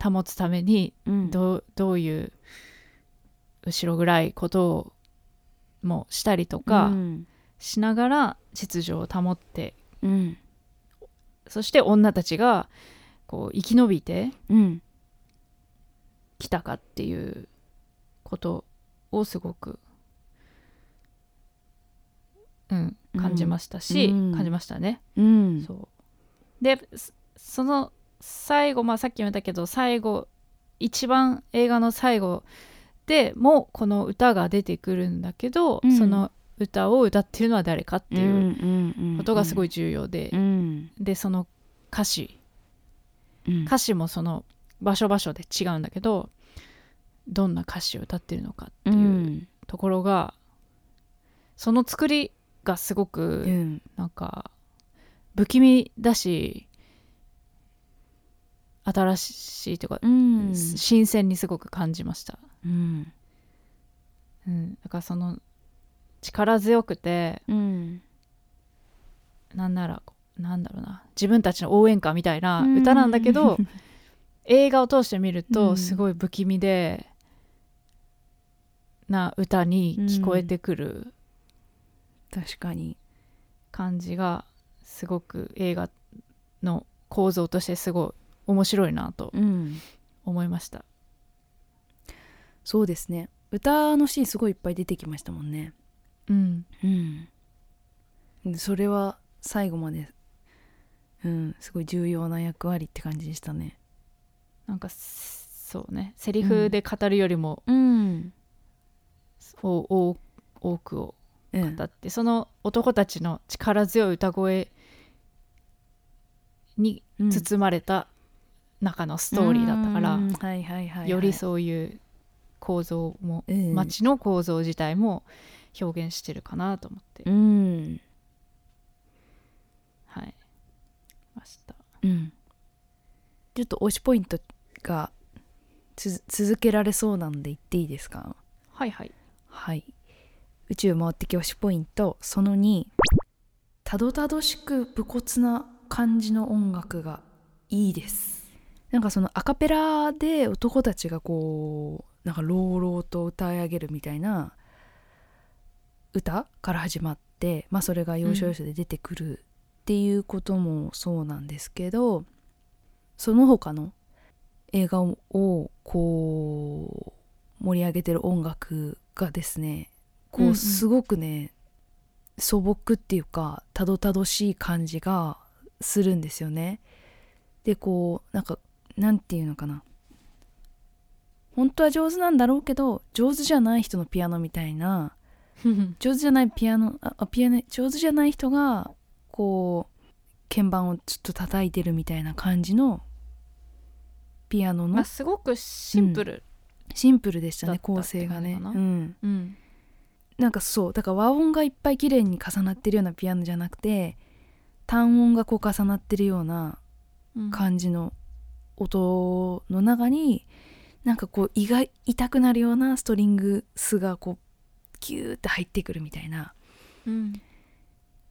Speaker 2: 保つために
Speaker 3: うん
Speaker 2: どうどういう後ろ暗いことをもしたりと
Speaker 3: う
Speaker 2: か
Speaker 3: ん
Speaker 2: しながら秩序を保って
Speaker 3: うん
Speaker 2: そして女たちがこう生き延びて
Speaker 3: うん
Speaker 2: きたかっていうことをすごく、うん、感じましたし、
Speaker 3: うん
Speaker 2: 感じましたね。
Speaker 3: うん
Speaker 2: そうですその最後、まあ、さっきも言ったけど最後一番映画の最後でもこの歌が出てくるんだけど、
Speaker 3: うん
Speaker 2: その歌を歌ってるのは誰かっていう
Speaker 3: う
Speaker 2: ことがすご
Speaker 3: い、
Speaker 2: い重要で、
Speaker 3: うん
Speaker 2: でその歌詞
Speaker 3: うん、
Speaker 2: 歌詞もその場所場所で違うんだけどどんな歌詞を歌ってるのかっていうところが、その作りがすごく、
Speaker 3: うん
Speaker 2: なんか不気味だし新しいというか、
Speaker 3: うん
Speaker 2: 新鮮にすごく感じました、
Speaker 3: うん
Speaker 2: うん、だからその力強くて
Speaker 3: うん
Speaker 2: なんならなんだろうな自分たちの応援歌みたいな歌なんだけど、映画を通して見る
Speaker 3: う
Speaker 2: と
Speaker 3: ん
Speaker 2: すごい不気味で、な歌に聞こえてくる
Speaker 3: 確かに
Speaker 2: 感じがすごく映画の構造としてすごい面白いなと
Speaker 3: うん
Speaker 2: 思いました。
Speaker 3: そうですね歌のシーンすごいいっぱい出てきましたもんね
Speaker 2: うん、
Speaker 3: うんそれは最後までうんすごい重要な役割って感じでしたね
Speaker 2: なんかそうねセリフで語るよりも、
Speaker 3: うん
Speaker 2: おお多くを
Speaker 3: うん
Speaker 2: 語ってその男たちの力強い歌声に
Speaker 3: うん
Speaker 2: 包まれた中のストーリーだったから、
Speaker 3: うんはいはいはいはい
Speaker 2: よりそういう構造も、
Speaker 3: うん
Speaker 2: 街の構造自体も表現してるかなと思って、
Speaker 3: うん
Speaker 2: はいました。
Speaker 3: うんちょっと推しポイントがつ続けられそうなんで言っていいですか
Speaker 2: はい はい。
Speaker 3: はい宇宙回ってき推しポイントその2たどたどしく武骨な感じの音楽がいいですなんかそのアカペラで男たちがこうなんか朗々と歌い上げるみたいな歌から始まって、まあ、それが要所要所で出てくるっていうこともそうなんですけど、その他の映画をこう盛り上げてる音楽がですね
Speaker 2: うん
Speaker 3: こ
Speaker 2: うん
Speaker 3: うすごくね、素朴っていうかたどたどしい感じがするんですよね。でこうなんかなんていうのかな本当は上手なんだろうけど上手じゃない人のピアノみたいな上手じゃないピアノああピアノ上手じゃない人がこう鍵盤をちょっと叩いてるみたいな感じのピアノ
Speaker 2: ま
Speaker 3: の
Speaker 2: あ、すごくシンプル。
Speaker 3: シンプルでしたね
Speaker 2: だった
Speaker 3: 構成が
Speaker 2: っ
Speaker 3: ね
Speaker 2: て感じ
Speaker 3: う
Speaker 2: かなんうん
Speaker 3: なんかそうだから和音がいっぱい綺麗に重なってるようなピアノじゃなくて単音がこう重なってるような
Speaker 2: うん
Speaker 3: 感じの音の中になんかこう胃が痛くなるようなストリングスがこうギューって入ってくるみたいな
Speaker 2: うん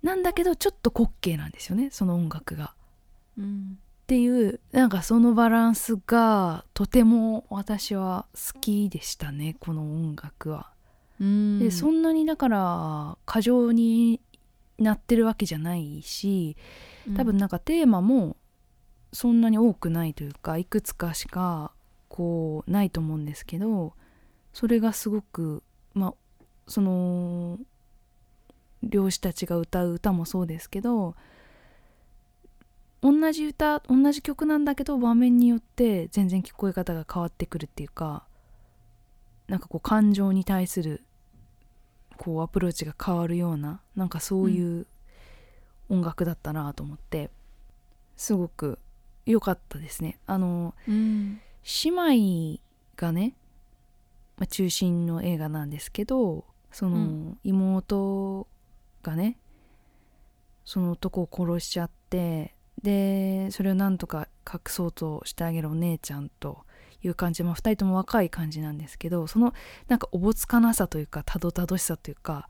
Speaker 3: なんだけどちょっと滑稽なんですよねその音楽が。
Speaker 2: うん
Speaker 3: っていうなんかそのバランスがとても私は好きでしたねこの音楽は。
Speaker 2: うん
Speaker 3: でそんなにだから過剰になってるわけじゃないし多分なんかテーマもそんなに多くないというかいくつかしかこうないと思うんですけどそれがすごくまあその漁師たちが歌う歌もそうですけど同じ歌同じ曲なんだけど場面によって全然聞こえ方が変わってくるっていうかなんかこう感情に対するこうアプローチが変わるようななんかそういう音楽だったなと思って、すごく良かったですね。あの
Speaker 2: うん
Speaker 3: 姉妹がね、まあ、中心の映画なんですけどその、
Speaker 2: うん
Speaker 3: 妹がねその男を殺しちゃってでそれをなんとか隠そうとしてあげるお姉ちゃんという感じで、まあ、2人とも若い感じなんですけどそのなんかおぼつかなさというかたどたどしさというか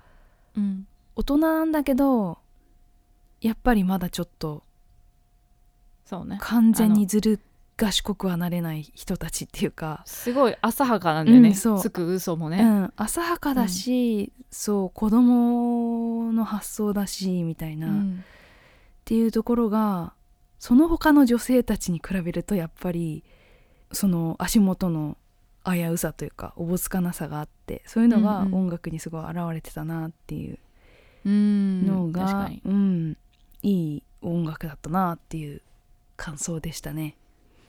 Speaker 2: うん
Speaker 3: 大人なんだけどやっぱりまだちょっと
Speaker 2: そうね
Speaker 3: 完全にずる賢くはなれない人たちっていうか。
Speaker 2: すごい浅はかなんだよね、
Speaker 3: うんそう
Speaker 2: つく嘘も
Speaker 3: う
Speaker 2: ね、
Speaker 3: ん、浅はかだし、そう子供の発想だしみたいな、
Speaker 2: う
Speaker 3: っ
Speaker 2: ん
Speaker 3: ていうところがその他の女性たちに比べるとやっぱりその足元の危うさというかおぼつかなさがあってそういうのが
Speaker 2: うんうん
Speaker 3: 音楽にすごい現れてたなっていう
Speaker 2: うん
Speaker 3: のが、
Speaker 2: 確
Speaker 3: うん
Speaker 2: かに
Speaker 3: いい音楽だったなっていう感想でしたね。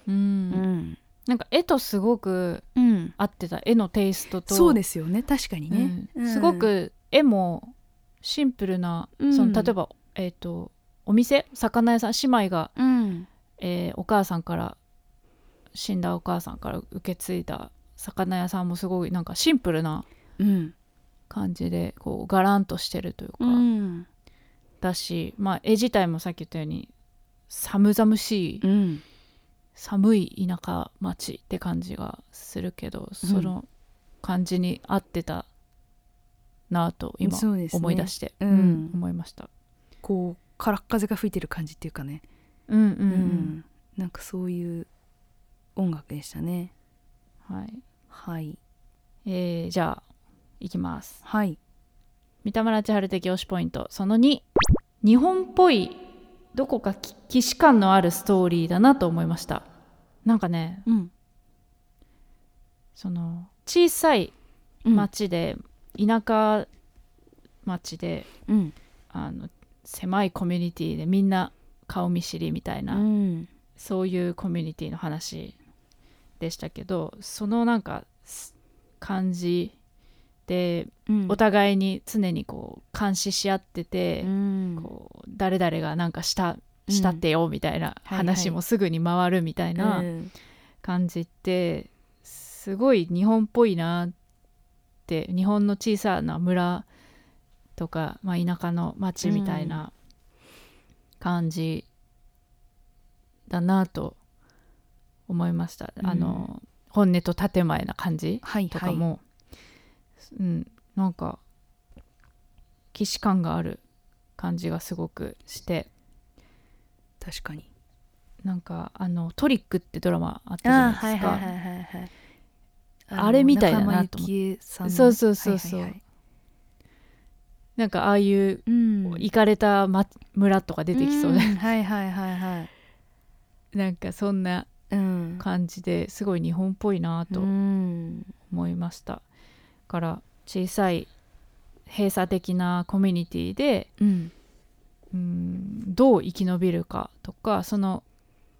Speaker 2: う
Speaker 3: うんん
Speaker 2: なんか絵とすごく
Speaker 3: うん、
Speaker 2: 合ってた絵のテイストと
Speaker 3: そうですよね確かに
Speaker 2: う
Speaker 3: ね
Speaker 2: ん。すごく絵もシンプルな、そ
Speaker 3: うん
Speaker 2: の例えば、えー、とお店魚屋さん姉妹が、
Speaker 3: うん、
Speaker 2: えーお母さんから死んだお母さんから受け継いだ魚屋さんもすごいなんかシンプルな
Speaker 3: うん
Speaker 2: 感じでこうガランとしてるというか、
Speaker 3: うん
Speaker 2: だし、まあ、絵自体もさっき言ったように寒々しい、
Speaker 3: うん
Speaker 2: 寒い田舎町って感じがするけどその感じに合ってたなぁと今
Speaker 3: そうですね
Speaker 2: 思い出して、
Speaker 3: うん
Speaker 2: 思いました。
Speaker 3: こう空っ風が吹いてる感じっていうかね、
Speaker 2: うんうん
Speaker 3: うなんかそういう音楽でしたね
Speaker 2: うんはい
Speaker 3: はい
Speaker 2: えーじゃあいきます
Speaker 3: はい
Speaker 2: 三田村千春的推しポイントその2日本っぽいどこかき既視感のあるストーリーだなと思いましたなんかね
Speaker 3: うん
Speaker 2: その小さい町で、田舎町で
Speaker 3: うん
Speaker 2: あの狭いコミュニティでみんな顔見知りみたいな、
Speaker 3: うん
Speaker 2: そういうコミュニティの話でしたけどそのなんかす感じで
Speaker 3: うん
Speaker 2: お互いに常にこう監視し合ってて、
Speaker 3: うん
Speaker 2: こう誰々がなんかした
Speaker 3: うん
Speaker 2: したってよみたいな
Speaker 3: はい
Speaker 2: 話もすぐに回るみたいな
Speaker 3: うん
Speaker 2: 感じってすごい日本っぽいなって日本の小さな村とか、まあ、田舎の町みたいな感じだなと思いました。
Speaker 3: うん
Speaker 2: あの本音と建前な感じ
Speaker 3: はい
Speaker 2: と
Speaker 3: は
Speaker 2: か
Speaker 3: い
Speaker 2: も、うん、なんか既視感がある感じがすごくして
Speaker 3: 確かに
Speaker 2: なんかあの「トリック」ってドラマあったじゃないですか、
Speaker 3: いはいはい
Speaker 2: あれみたいだなと思って
Speaker 3: って
Speaker 2: そうそうそうそうなんかああいう
Speaker 3: うん
Speaker 2: 行かれた、ま、村とか出てきそう
Speaker 3: ね
Speaker 2: で、
Speaker 3: はいはいはいはい
Speaker 2: なんかそんな
Speaker 3: うん
Speaker 2: 感じですごい日本っぽいなと
Speaker 3: うん
Speaker 2: 思いました、だから小さい閉鎖的なコミュニティで
Speaker 3: うん
Speaker 2: うんどう生き延びるかとかその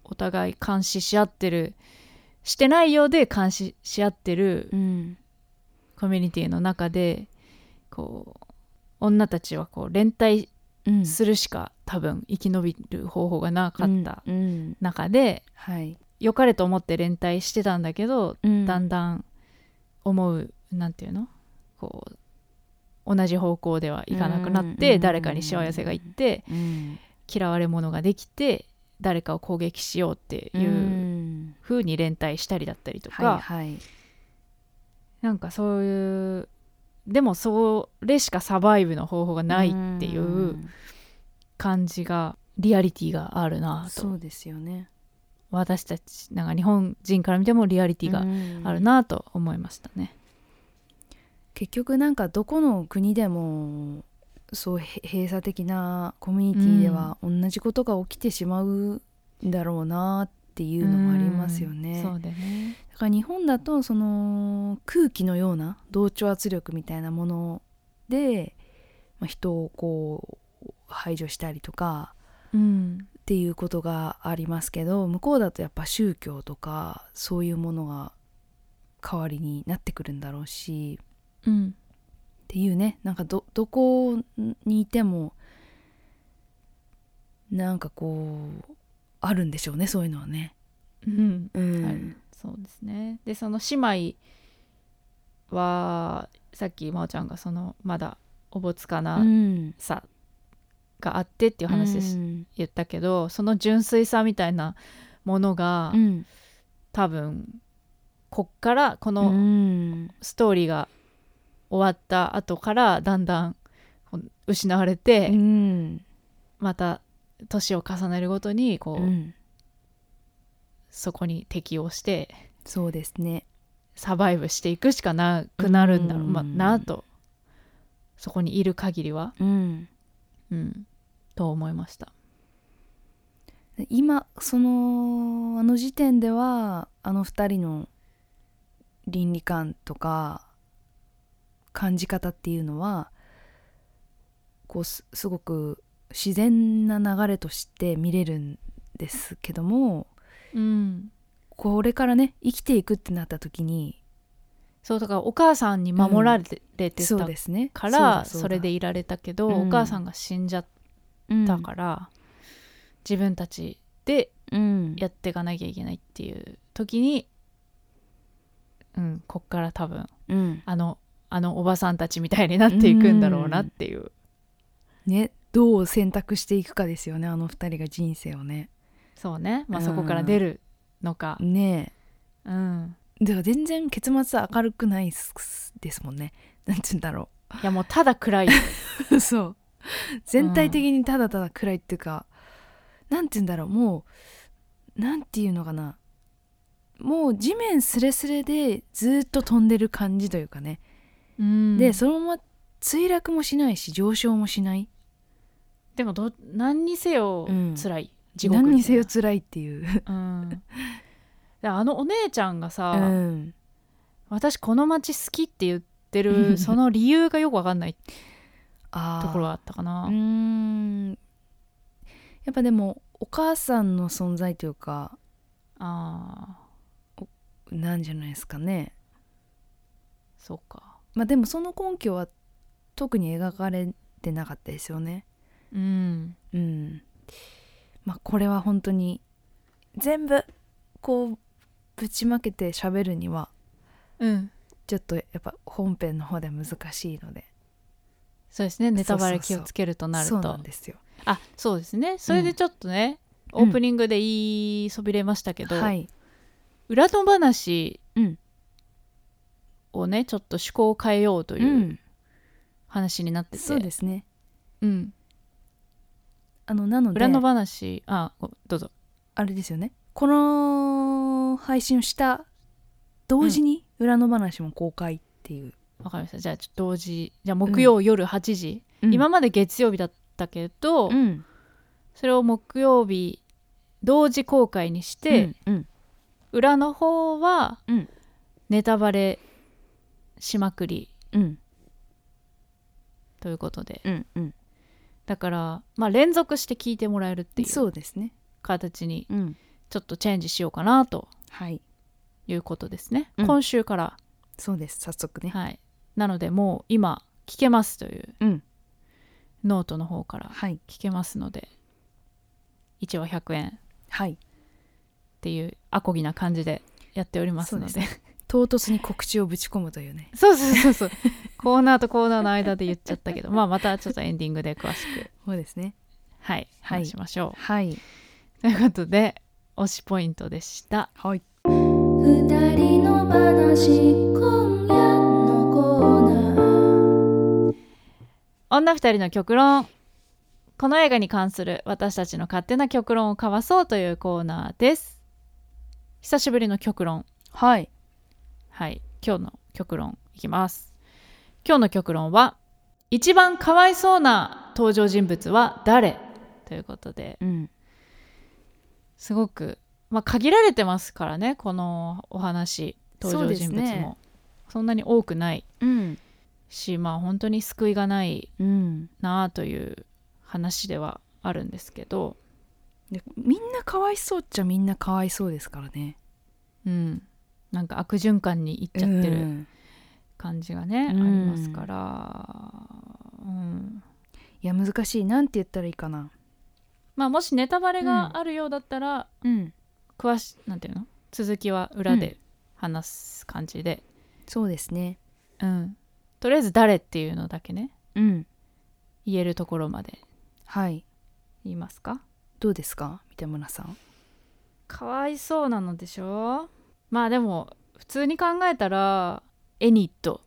Speaker 2: お互い監視し合ってるしてないようで監視し合ってる
Speaker 3: うん
Speaker 2: コミュニティの中でこう女たちはこう連帯
Speaker 3: うん
Speaker 2: するしか、多分生き延びる方法がなかった
Speaker 3: うんうん
Speaker 2: 中で、
Speaker 3: はい
Speaker 2: 良かれと思って連帯してたんだけど、だんだん思うなんていうのこう同じ方向ではいかなくなっ
Speaker 3: うんうんうん
Speaker 2: て、
Speaker 3: うん
Speaker 2: 誰かにしわ寄せがいって、
Speaker 3: うん
Speaker 2: 嫌われ者ができて誰かを攻撃しようって
Speaker 3: う
Speaker 2: いうん風に連帯したりだったりとか、
Speaker 3: はいはい、
Speaker 2: なんかそういうでもそれしかサバイブの方法がないっていう感じがリアリティがあるなと
Speaker 3: そうですよね
Speaker 2: 私たちなんか日本人から見てもリアリティがあるなと思いましたね。
Speaker 3: 結局なんかどこの国でもそうへ閉鎖的なコミュニティでは同じことが起きてしまうんだろうなっていうのもありますよ
Speaker 2: う
Speaker 3: ね。
Speaker 2: んそうだね。
Speaker 3: だから日本だとその空気のような同調圧力みたいなもので、まあ、人をこう排除したりとか
Speaker 2: うん、
Speaker 3: っていうことがありますけど向こうだとやっぱ宗教とかそういうものが代わりになってくるんだろうし
Speaker 2: うん、
Speaker 3: っていうねなんかどどこにいてもなんかこうあるんでしょうねそういうのはね。
Speaker 2: うん、
Speaker 3: う
Speaker 2: あるそうですね。でその姉妹はさっき真央ちゃんがそのまだおぼつか
Speaker 3: う、
Speaker 2: なんさがあってっていう話でし
Speaker 3: うん
Speaker 2: 言ったけどその純粋さみたいなものが、
Speaker 3: うん
Speaker 2: 多分こっからこ
Speaker 3: う
Speaker 2: の
Speaker 3: ん
Speaker 2: ストーリーが終わった後からだんだんこう失われて、
Speaker 3: うん
Speaker 2: また年を重ねるごとにこう、
Speaker 3: うん
Speaker 2: そこに適応して
Speaker 3: そうですね
Speaker 2: サバイブしていくしかなくなるんだろう、
Speaker 3: うん
Speaker 2: まあ、なとそこにいる限りは、
Speaker 3: うん
Speaker 2: うん、と思いました。
Speaker 3: 今そのあの時点ではあの二人の倫理観とか感じ方っていうのはこうすすごく自然な流れとして見れるんですけども
Speaker 2: うん
Speaker 3: これからね生きていくってなった時に
Speaker 2: そうだからお母さんに守られて,、て
Speaker 3: そう
Speaker 2: た
Speaker 3: ですね
Speaker 2: から
Speaker 3: うだうだ
Speaker 2: それでいられたけど、
Speaker 3: うん
Speaker 2: お母さんが死んじゃったから、自分たちで
Speaker 3: うん
Speaker 2: やっていかなきゃいけないっていう時にうんこっから多分
Speaker 3: うん
Speaker 2: あのあのおばさんたちみたいになっていくんだろうなっていう、
Speaker 3: ねどう選択していくかですよねあの二人が人生をね
Speaker 2: そうね、まあ、
Speaker 3: うん
Speaker 2: そこから出るのか、
Speaker 3: ねえ
Speaker 2: うん、
Speaker 3: では全然結末は明るくないっすですもんね。なんて言うんだろ
Speaker 2: いやもうただ暗い
Speaker 3: う。そう。全体的にただただ暗いっていうか、なんて言うんだろう。もう、なんていうのかな。もう地面すれすれでずっと飛んでる感じというかね。
Speaker 2: うん
Speaker 3: で、そのまま墜落もしないし、上昇もしない。
Speaker 2: でもど何にせよ
Speaker 3: うん
Speaker 2: 辛い、地獄
Speaker 3: 何にせよ
Speaker 2: みた
Speaker 3: 辛いっていう。
Speaker 2: いなうん、であのお姉ちゃんがさ、
Speaker 3: うん。
Speaker 2: 私この町好きって言って
Speaker 3: う
Speaker 2: る
Speaker 3: ん
Speaker 2: その理由がよくわかんない
Speaker 3: あ
Speaker 2: ところはあったか
Speaker 3: あ
Speaker 2: な
Speaker 3: うーん。やっぱでも、お母さんの存在というか、
Speaker 2: あー
Speaker 3: なんじゃないですかね。
Speaker 2: そうか
Speaker 3: まあでもその根拠は特に描かれてなかったですよね。
Speaker 2: うん
Speaker 3: うん。まあこれは本当に全部こうぶちまけて喋るには
Speaker 2: うん
Speaker 3: ちょっとやっぱ本編の方では難しいので
Speaker 2: そうですねネタバレ
Speaker 3: そうそう
Speaker 2: 気
Speaker 3: そう
Speaker 2: をつけるとなると
Speaker 3: そうなんですよ。
Speaker 2: あそうですねそれでちょっとね、
Speaker 3: うん
Speaker 2: オープニングで言いそびれましたけど、
Speaker 3: はい。
Speaker 2: 裏の話
Speaker 3: うん
Speaker 2: をねちょっと趣向を変えようと
Speaker 3: う。
Speaker 2: いうん話になってて、
Speaker 3: そうですね。
Speaker 2: うん
Speaker 3: あのなので
Speaker 2: 裏の話あごどうぞ
Speaker 3: あれですよね。この配信をした同時に裏の話も公開っていう。
Speaker 2: わかりましたじゃあちょっと同時じゃあ木曜夜8時、今
Speaker 3: も、
Speaker 2: まで月曜日だったけど、
Speaker 3: うん、
Speaker 2: それを木曜日同時公開にして、
Speaker 3: うんうん
Speaker 2: 裏の方は
Speaker 3: うん
Speaker 2: ネタバレしまくり
Speaker 3: うん
Speaker 2: ということで
Speaker 3: うんうん
Speaker 2: だから、まあ、連続して聞いてもらえるってい
Speaker 3: そううですね。
Speaker 2: 形に
Speaker 3: うん、
Speaker 2: ちょっとチェンジしようかなと
Speaker 3: はい、
Speaker 2: いうことですね、
Speaker 3: うん
Speaker 2: 今週から、
Speaker 3: そうです。早速ね。
Speaker 2: はい、なのでもう今聞けますという
Speaker 3: うん、
Speaker 2: ノートの方から
Speaker 3: はい、
Speaker 2: 聞けますので1話100円っ
Speaker 3: はい。
Speaker 2: ていうアコギな感じでやっておりますので
Speaker 3: そう唐突に告知をぶち込むというね。
Speaker 2: そうそうそう そうコーナーとコーナーの間で言っちゃったけ ど、まあ、またちょっとエンディングで詳しく、
Speaker 3: そうですね。
Speaker 2: はい、
Speaker 3: はい
Speaker 2: 話しましょ
Speaker 3: はい、
Speaker 2: う。ということで推しポイントでした。
Speaker 3: はい。
Speaker 1: 二人の話今夜のコーナー
Speaker 2: 女二人の極論この映画に関する私たちの勝手な極論を交わそうというコーナーです久しぶりの極論
Speaker 3: はい
Speaker 2: はい今日の極論いきます今日の極論は一番かわいそうな登場人物は誰ということで
Speaker 3: うん
Speaker 2: すごく、まあ、限られてますからねこのお話登場人物も
Speaker 3: そう
Speaker 2: そ,、
Speaker 3: ですね
Speaker 2: んなに多くない
Speaker 3: うん
Speaker 2: しまあ本当に救いがない
Speaker 3: うん
Speaker 2: なあという話ではあるんですけど、
Speaker 3: でみんなかわいそうっちゃみんなかわいそうですからね
Speaker 2: うん、なんか悪循環にいっちゃって
Speaker 3: う
Speaker 2: る
Speaker 3: ん
Speaker 2: 感じがね、
Speaker 3: うん
Speaker 2: ありますから、うん
Speaker 3: いや難しいなんて言ったらいいかな
Speaker 2: まあ、もしネタバレがあるようだったら、
Speaker 3: うん
Speaker 2: 詳しなんていうの続きは裏で話す感じで、
Speaker 3: そうですね
Speaker 2: うんとりあえず誰っていうのだけね
Speaker 3: うん
Speaker 2: 言えるところまで
Speaker 3: はい
Speaker 2: 言いますか
Speaker 3: どうですか三田村さん
Speaker 2: かわいそうなのでしょまあでも普通に考えたらエニット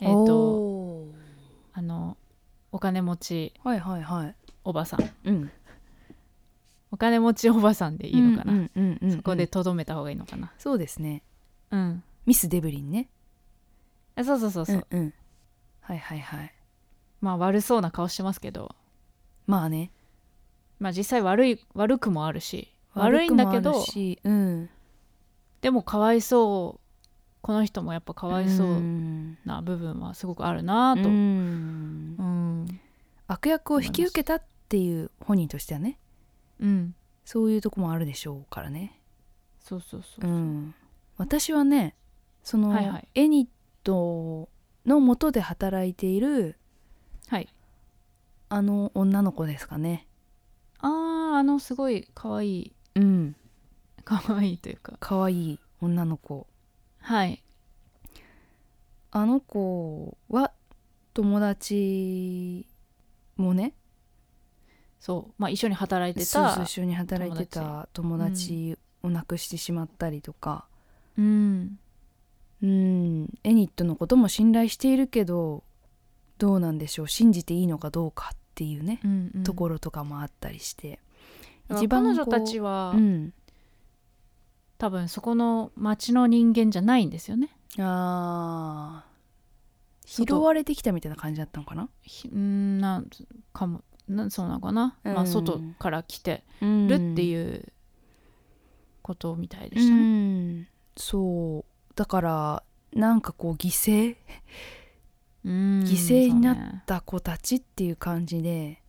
Speaker 2: えっ、と
Speaker 3: おー
Speaker 2: あのお金持ち
Speaker 3: はいはいはい
Speaker 2: おばさん
Speaker 3: うん
Speaker 2: お金持ちおばさんでいいのかな、
Speaker 3: うんうんうんうんうん
Speaker 2: そこでとどめた方がいいのかな
Speaker 3: そうですね
Speaker 2: うん
Speaker 3: ミス・デブリンね
Speaker 2: あそうそうそうそう、
Speaker 3: うんうんはいはいはい
Speaker 2: まあ悪そうな顔してますけど
Speaker 3: まあね
Speaker 2: まあ実際悪い悪くもあるし悪いんだけ
Speaker 3: 悪くもあ
Speaker 2: ど
Speaker 3: るしうん
Speaker 2: でもかわいそうこの人もやっぱか
Speaker 3: か
Speaker 2: わいそうんな部分はすごくあるなと、
Speaker 3: う
Speaker 2: うん
Speaker 3: ん
Speaker 2: うん
Speaker 3: 悪役を引き受けたっていう本人としてはねそういうとこもあるでしょうからね
Speaker 2: そうそうそうう、
Speaker 3: ん私はねその、
Speaker 2: はいはい
Speaker 3: エニットの元で働いている
Speaker 2: はい
Speaker 3: あの女の子ですかね
Speaker 2: あーあのすごいかわいい
Speaker 3: うん
Speaker 2: かわいいというか
Speaker 3: 可愛い女の子
Speaker 2: はい
Speaker 3: あの子は友達もね
Speaker 2: そうまあ一緒に働いて
Speaker 3: そう
Speaker 2: た
Speaker 3: そう一緒に働いてた友達を亡くしてしまったりとか、
Speaker 2: うん
Speaker 3: うん、エニットのことも信頼しているけどどうなんでしょう信じていいのかどうかっていうね、
Speaker 2: うんうん
Speaker 3: ところとかもあったりして、
Speaker 2: だから
Speaker 3: 一番こう
Speaker 2: 彼女たちは、
Speaker 3: うん、
Speaker 2: 多分そこの町の人間じゃないんですよね
Speaker 3: あー拾
Speaker 2: 外
Speaker 3: われてきたみたいな感じだったのかな、
Speaker 2: ひうんなんかもなんそうなのかな、ま
Speaker 3: う
Speaker 2: あ、
Speaker 3: ん
Speaker 2: 外から来て
Speaker 3: うん
Speaker 2: るっていうことみたいで
Speaker 3: う
Speaker 2: したね、
Speaker 3: んそうだからなんかこう犠牲
Speaker 2: うん
Speaker 3: 犠牲になっ
Speaker 2: そうね
Speaker 3: だ子たちっていう感じで、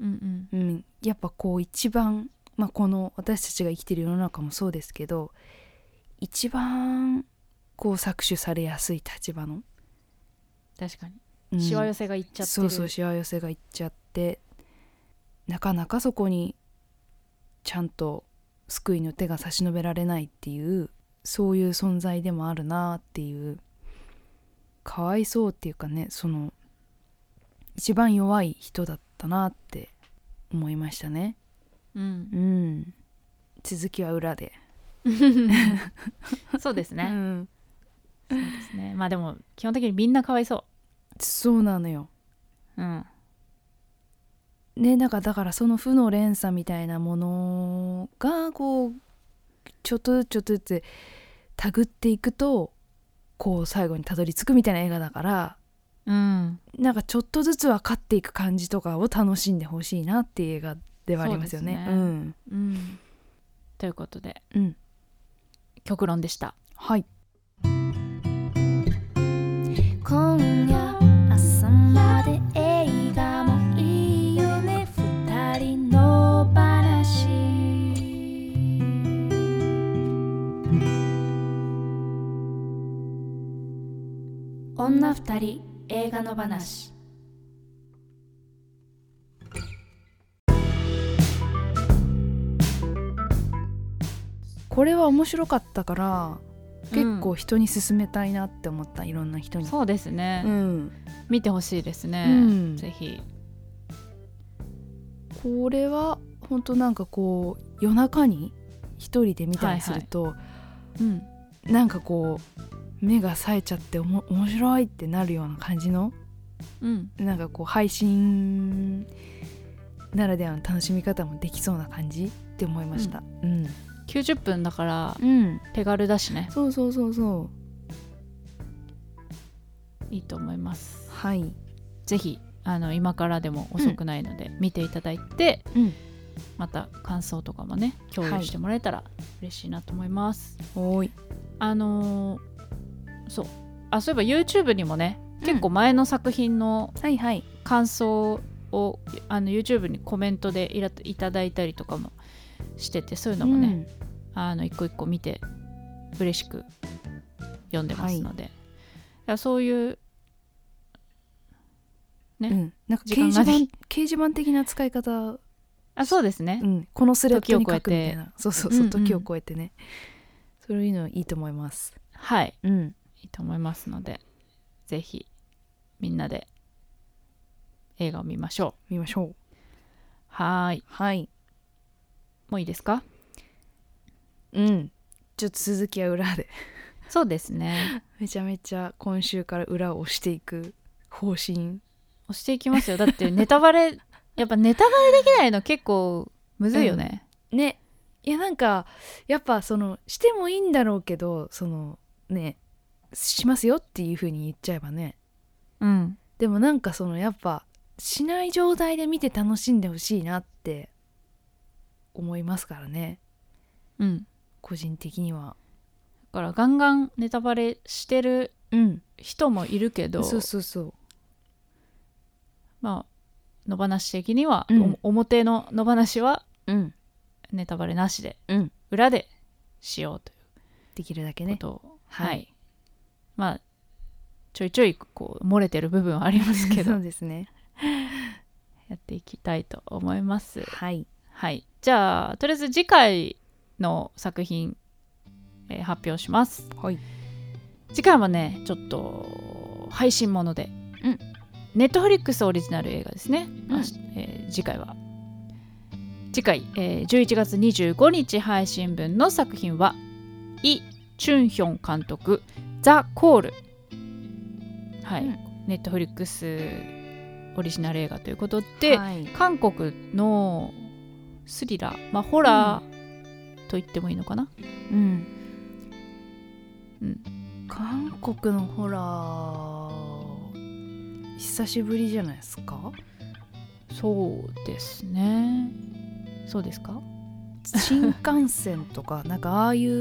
Speaker 2: うんうん
Speaker 3: うん、やっぱこう一番、まあ、この私たちが生きてる世の中もそうですけど一番こう搾取されやすい立場の、
Speaker 2: 確かに、
Speaker 3: うん
Speaker 2: しわ寄せがいっちゃってる
Speaker 3: そうそうしわ寄せがいっちゃってなかなかそこにちゃんと救いの手が差し伸べられないっていうそういう存在でもあるなっていうかわいそうっていうかねその一番弱い人だったなって思いましたね。
Speaker 2: うん
Speaker 3: うん、続きは裏で、
Speaker 2: そうです
Speaker 3: う
Speaker 2: ね,、
Speaker 3: ん、
Speaker 2: そうですねまあでも基本的にみんなかわいそ
Speaker 3: そうなのよ
Speaker 2: う、うん、
Speaker 3: ねなんかだからその負の連鎖みたいなものがこうちょっとずつちょっとずつたぐっていくとこう最後にたどり着くみたいな映画だから
Speaker 2: うん、
Speaker 3: なんかちょっとずつ分かっていく感じとかを楽しんでほしいなっていう映画ではありますよね。
Speaker 2: そうです
Speaker 3: う
Speaker 2: ね
Speaker 3: ん、
Speaker 2: うん、ということで
Speaker 3: うん、
Speaker 2: 極論でした
Speaker 3: はい
Speaker 1: 今夜朝まで映画もいいよね二人の話女二人映画の話
Speaker 3: これは面白かったから結
Speaker 2: う
Speaker 3: 構人に勧めたいなって思った、いろんな人
Speaker 2: ん
Speaker 3: に。
Speaker 2: そうですね、
Speaker 3: うん
Speaker 2: 見てほしいですね、
Speaker 3: うん
Speaker 2: ぜひ
Speaker 3: これは本当なんかこう夜中に一人で見たりすると、
Speaker 2: うん
Speaker 3: なんかこう目が冴えちゃっておも面白いってなるような感じの
Speaker 2: うん
Speaker 3: なんかこう配信ならではの楽しみ方もできそうな感じって思いました、うん
Speaker 2: 90分だから
Speaker 3: うん、
Speaker 2: 手軽だしね
Speaker 3: そうそうそうそう
Speaker 2: いいと思います
Speaker 3: はい
Speaker 2: ぜひあの今からでも遅くないので見ていただいて、
Speaker 3: うん
Speaker 2: また感想とかもね共有してもらえたら嬉しいなと思います、
Speaker 3: おーい
Speaker 2: あのーそうあそういえば YouTube にもね結構前の作品の
Speaker 3: はいはい
Speaker 2: 感想を、あの YouTube にコメントでいらいただいたりとかもしててそういうのもね、あの一個一個見て嬉しく読んでますので、いやそういう
Speaker 3: う
Speaker 2: ね
Speaker 3: ん、うん、なんか掲
Speaker 2: 時間
Speaker 3: 示
Speaker 2: が
Speaker 3: 板
Speaker 2: ね
Speaker 3: 掲示板的な使い方
Speaker 2: あそうですね、
Speaker 3: うん、このスレッドに
Speaker 2: 時を超
Speaker 3: 書くみた
Speaker 2: えて
Speaker 3: いなそうそうそう、
Speaker 2: うんうん
Speaker 3: 時を超えてねそういうのいいと思います
Speaker 2: はい
Speaker 3: うん
Speaker 2: いいと思いますのでぜひみんなで映画を見ましょう
Speaker 3: 見ましょう
Speaker 2: はーい
Speaker 3: はい
Speaker 2: もういいですか
Speaker 3: うんちょっと続きは裏で
Speaker 2: そうですね
Speaker 3: めちゃめちゃ今週から裏を押していく方針
Speaker 2: 押していきますよだってネタバレ やっぱネタバレできないの結構むずいよね、
Speaker 3: ねいやなんかやっぱそのしてもいいんだろうけどそのねしますよっていう風に言っちゃえばね
Speaker 2: うん、
Speaker 3: でもなんかそのやっぱしない状態で見て楽しんでほしいなって思いますからね
Speaker 2: うん、だ
Speaker 3: 個人的には
Speaker 2: からガンガンネタバレしてる
Speaker 3: うん
Speaker 2: 人もいるけど
Speaker 3: そうそうそう
Speaker 2: まあ野放し的には、
Speaker 3: うん
Speaker 2: お表の野放しは
Speaker 3: うん
Speaker 2: ネタバレなしで
Speaker 3: うん
Speaker 2: 裏でしようと
Speaker 3: できるだけ
Speaker 2: いうこ
Speaker 3: ね
Speaker 2: とを、
Speaker 3: はい
Speaker 2: まあちょいちょいこう漏れてる部分はありますけど
Speaker 3: そうですね
Speaker 2: やっていきたいと思います
Speaker 3: はい
Speaker 2: はいじゃあとりあえず次回の作品、えー発表します
Speaker 3: はい
Speaker 2: 次回はねちょっと配信もので、
Speaker 3: うん
Speaker 2: ネットフリックスオリジナル映画ですね、
Speaker 3: うん
Speaker 2: あしえー次回は次回、えー11月25日配信分の作品はイ・チュンヒョン監督「ザ・コール」はい、
Speaker 3: うん
Speaker 2: ネットフリックスオリジナル映画ということで、
Speaker 3: はい
Speaker 2: 韓国のスリラー、まあ、ホラーと言ってもいいのかな、
Speaker 3: うん
Speaker 2: う
Speaker 3: 韓国のホラー久しぶりじゃないですか
Speaker 2: そうですねそうですか
Speaker 3: 新幹線とかなんかああいうス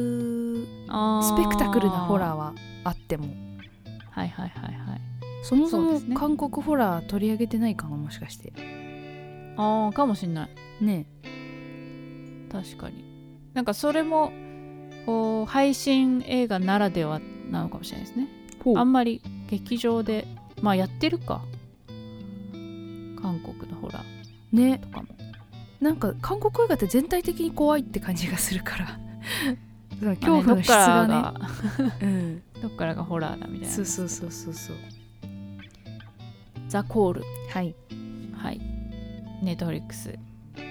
Speaker 2: ス
Speaker 3: ペクタクルなホラー
Speaker 2: ー
Speaker 3: はあっても
Speaker 2: はいはいはいはい
Speaker 3: そもそ
Speaker 2: そう
Speaker 3: も
Speaker 2: ですね
Speaker 3: 韓国ホラー取り上げてないかももしかして
Speaker 2: ああかもしんない
Speaker 3: ね
Speaker 2: 確かになんかそれもこう配信映画ならではなのかもしれないですね
Speaker 3: ほ
Speaker 2: あんまり劇場でまあやってるか韓国のホラー
Speaker 3: ね
Speaker 2: とかも
Speaker 3: なんか韓国映画って全体的に怖いって感じがするから その恐怖の質
Speaker 2: まあ
Speaker 3: が
Speaker 2: ねど
Speaker 3: ね
Speaker 2: っからが
Speaker 3: うん、
Speaker 2: どっからがホラーだみたいな
Speaker 3: そうそうそうそうそう
Speaker 2: ザ・コール
Speaker 3: はい
Speaker 2: はいネットフリックス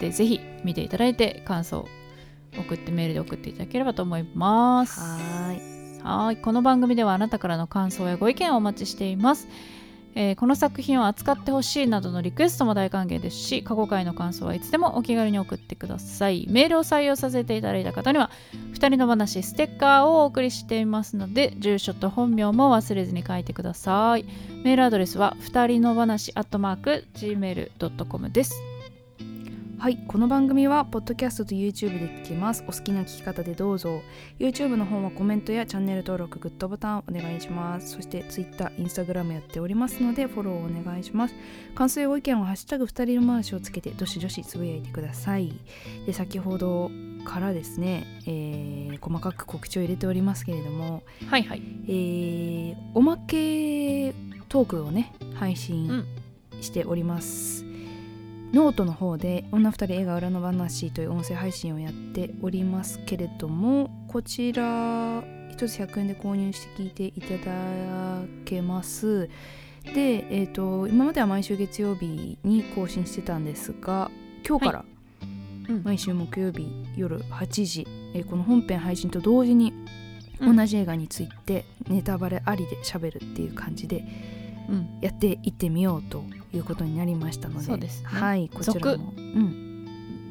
Speaker 2: でぜひ見ていただいて感想を送ってメールで送っていただければと思います
Speaker 3: はい
Speaker 2: はい、この番組ではあなたからの感想やご意見をお待ちしています。えーこの作品を扱ってほしいなどのリクエストも大歓迎ですし過去回の感想はいつでもお気軽に送ってくださいメールを採用させていただいた方には2人の話ステッカーをお送りしていますので住所と本名も忘れずに書いてくださいメールアドレスは2人の話 gmail.com です
Speaker 3: はいこの番組はポッドキャストと YouTube で聞きますお好きな聞き方でどうぞ YouTube の方はコメントやチャンネル登録グッドボタンお願いしますそして Twitter、Instagram やっておりますのでフォローお願いします感想やご意見をハッシュタグ二人の回しをつけてどしどしつぶやいてくださいで先ほどからですね、えー細かく告知を入れておりますけれども
Speaker 2: はいはい
Speaker 3: えーおまけトークをね配信しております、ノートの方で「女二人映画裏の話」という音声配信をやっておりますけれどもこちら1つ100円で購入して聞いていただけますで、えー、と今までは毎週月曜日に更新してたんですが今日から
Speaker 2: うん
Speaker 3: 毎週木曜日夜8時、えーこの本編配信と同時に
Speaker 2: うん
Speaker 3: 同じ映画についてネタバレありで喋るっていう感じで
Speaker 2: うん
Speaker 3: やっていってみようということになりましたので
Speaker 2: そうですね
Speaker 3: はいこちらもうん、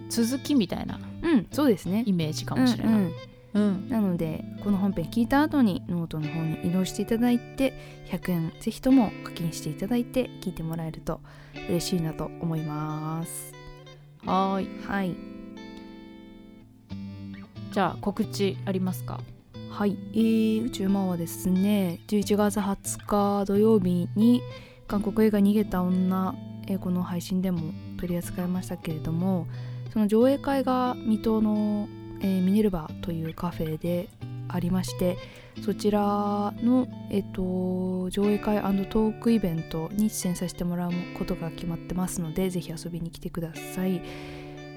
Speaker 2: 続きみたいな
Speaker 3: うん、そうですね
Speaker 2: イメージかもしれない、
Speaker 3: う
Speaker 2: うんん
Speaker 3: うんなのでこの本編聞いた後にノートの方に移動していただいて100円ぜひとも課金していただいて聞いてもらえると嬉しいなと思います
Speaker 2: はーい
Speaker 3: はい
Speaker 2: じゃあ告知ありますか
Speaker 3: はい、えー宇宙マンはですね11月20日土曜日に韓国映画「逃げた女」えーこの配信でも取り扱いましたけれどもその上映会が水戸の、えーミネルバというカフェでありましてそちらの、えーと上映会トークイベントに出演させてもらうことが決まってますのでぜひ遊びに来てください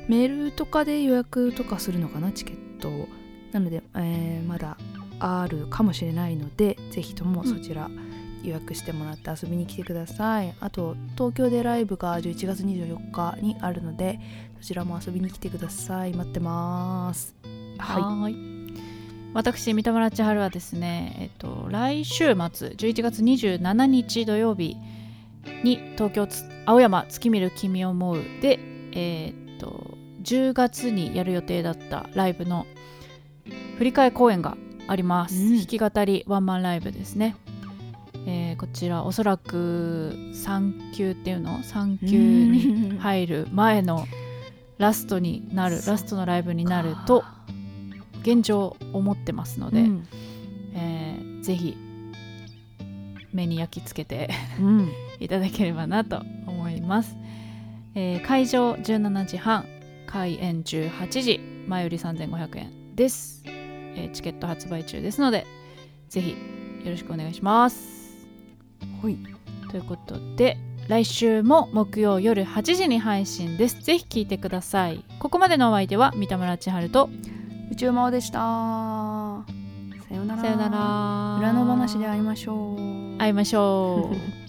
Speaker 3: メールとかで予約とかするのかなチケットをなので、えーまだあるかもしれないのでぜひともそちら予約してもらって遊びに来てください、あと東京でライブが11月24日にあるのでそちらも遊びに来てください待ってますは
Speaker 2: はーい。私三田村千春はですね、えっと、来週末11月27日土曜日に東京つ青山月見る君を思うで、えーっと10月にやる予定だったライブの振り替え公演があります、
Speaker 3: うん
Speaker 2: 弾き語りワンマンライブですね、えーこちらおそらく3級っていうの3
Speaker 3: い
Speaker 2: 級に
Speaker 3: にい
Speaker 2: 入る前のラストになる
Speaker 3: そうか
Speaker 2: ラストのライブになると現状思ってますので、
Speaker 3: うん
Speaker 2: えーぜひ目に焼き付けて
Speaker 3: うん
Speaker 2: いただければなと思います、えー会場17時半開演18時前売り3500円です、えーチケット発売中ですのでぜひよろしくお願いします
Speaker 3: ほい
Speaker 2: ということで来週も木曜夜8時に配信ですぜひ聞いてくださいここまでのお相手は三田村千春と
Speaker 3: 宇宙魔王でしたさようなら
Speaker 2: さよなら
Speaker 3: 裏の話で会いましょう
Speaker 2: 会いましょう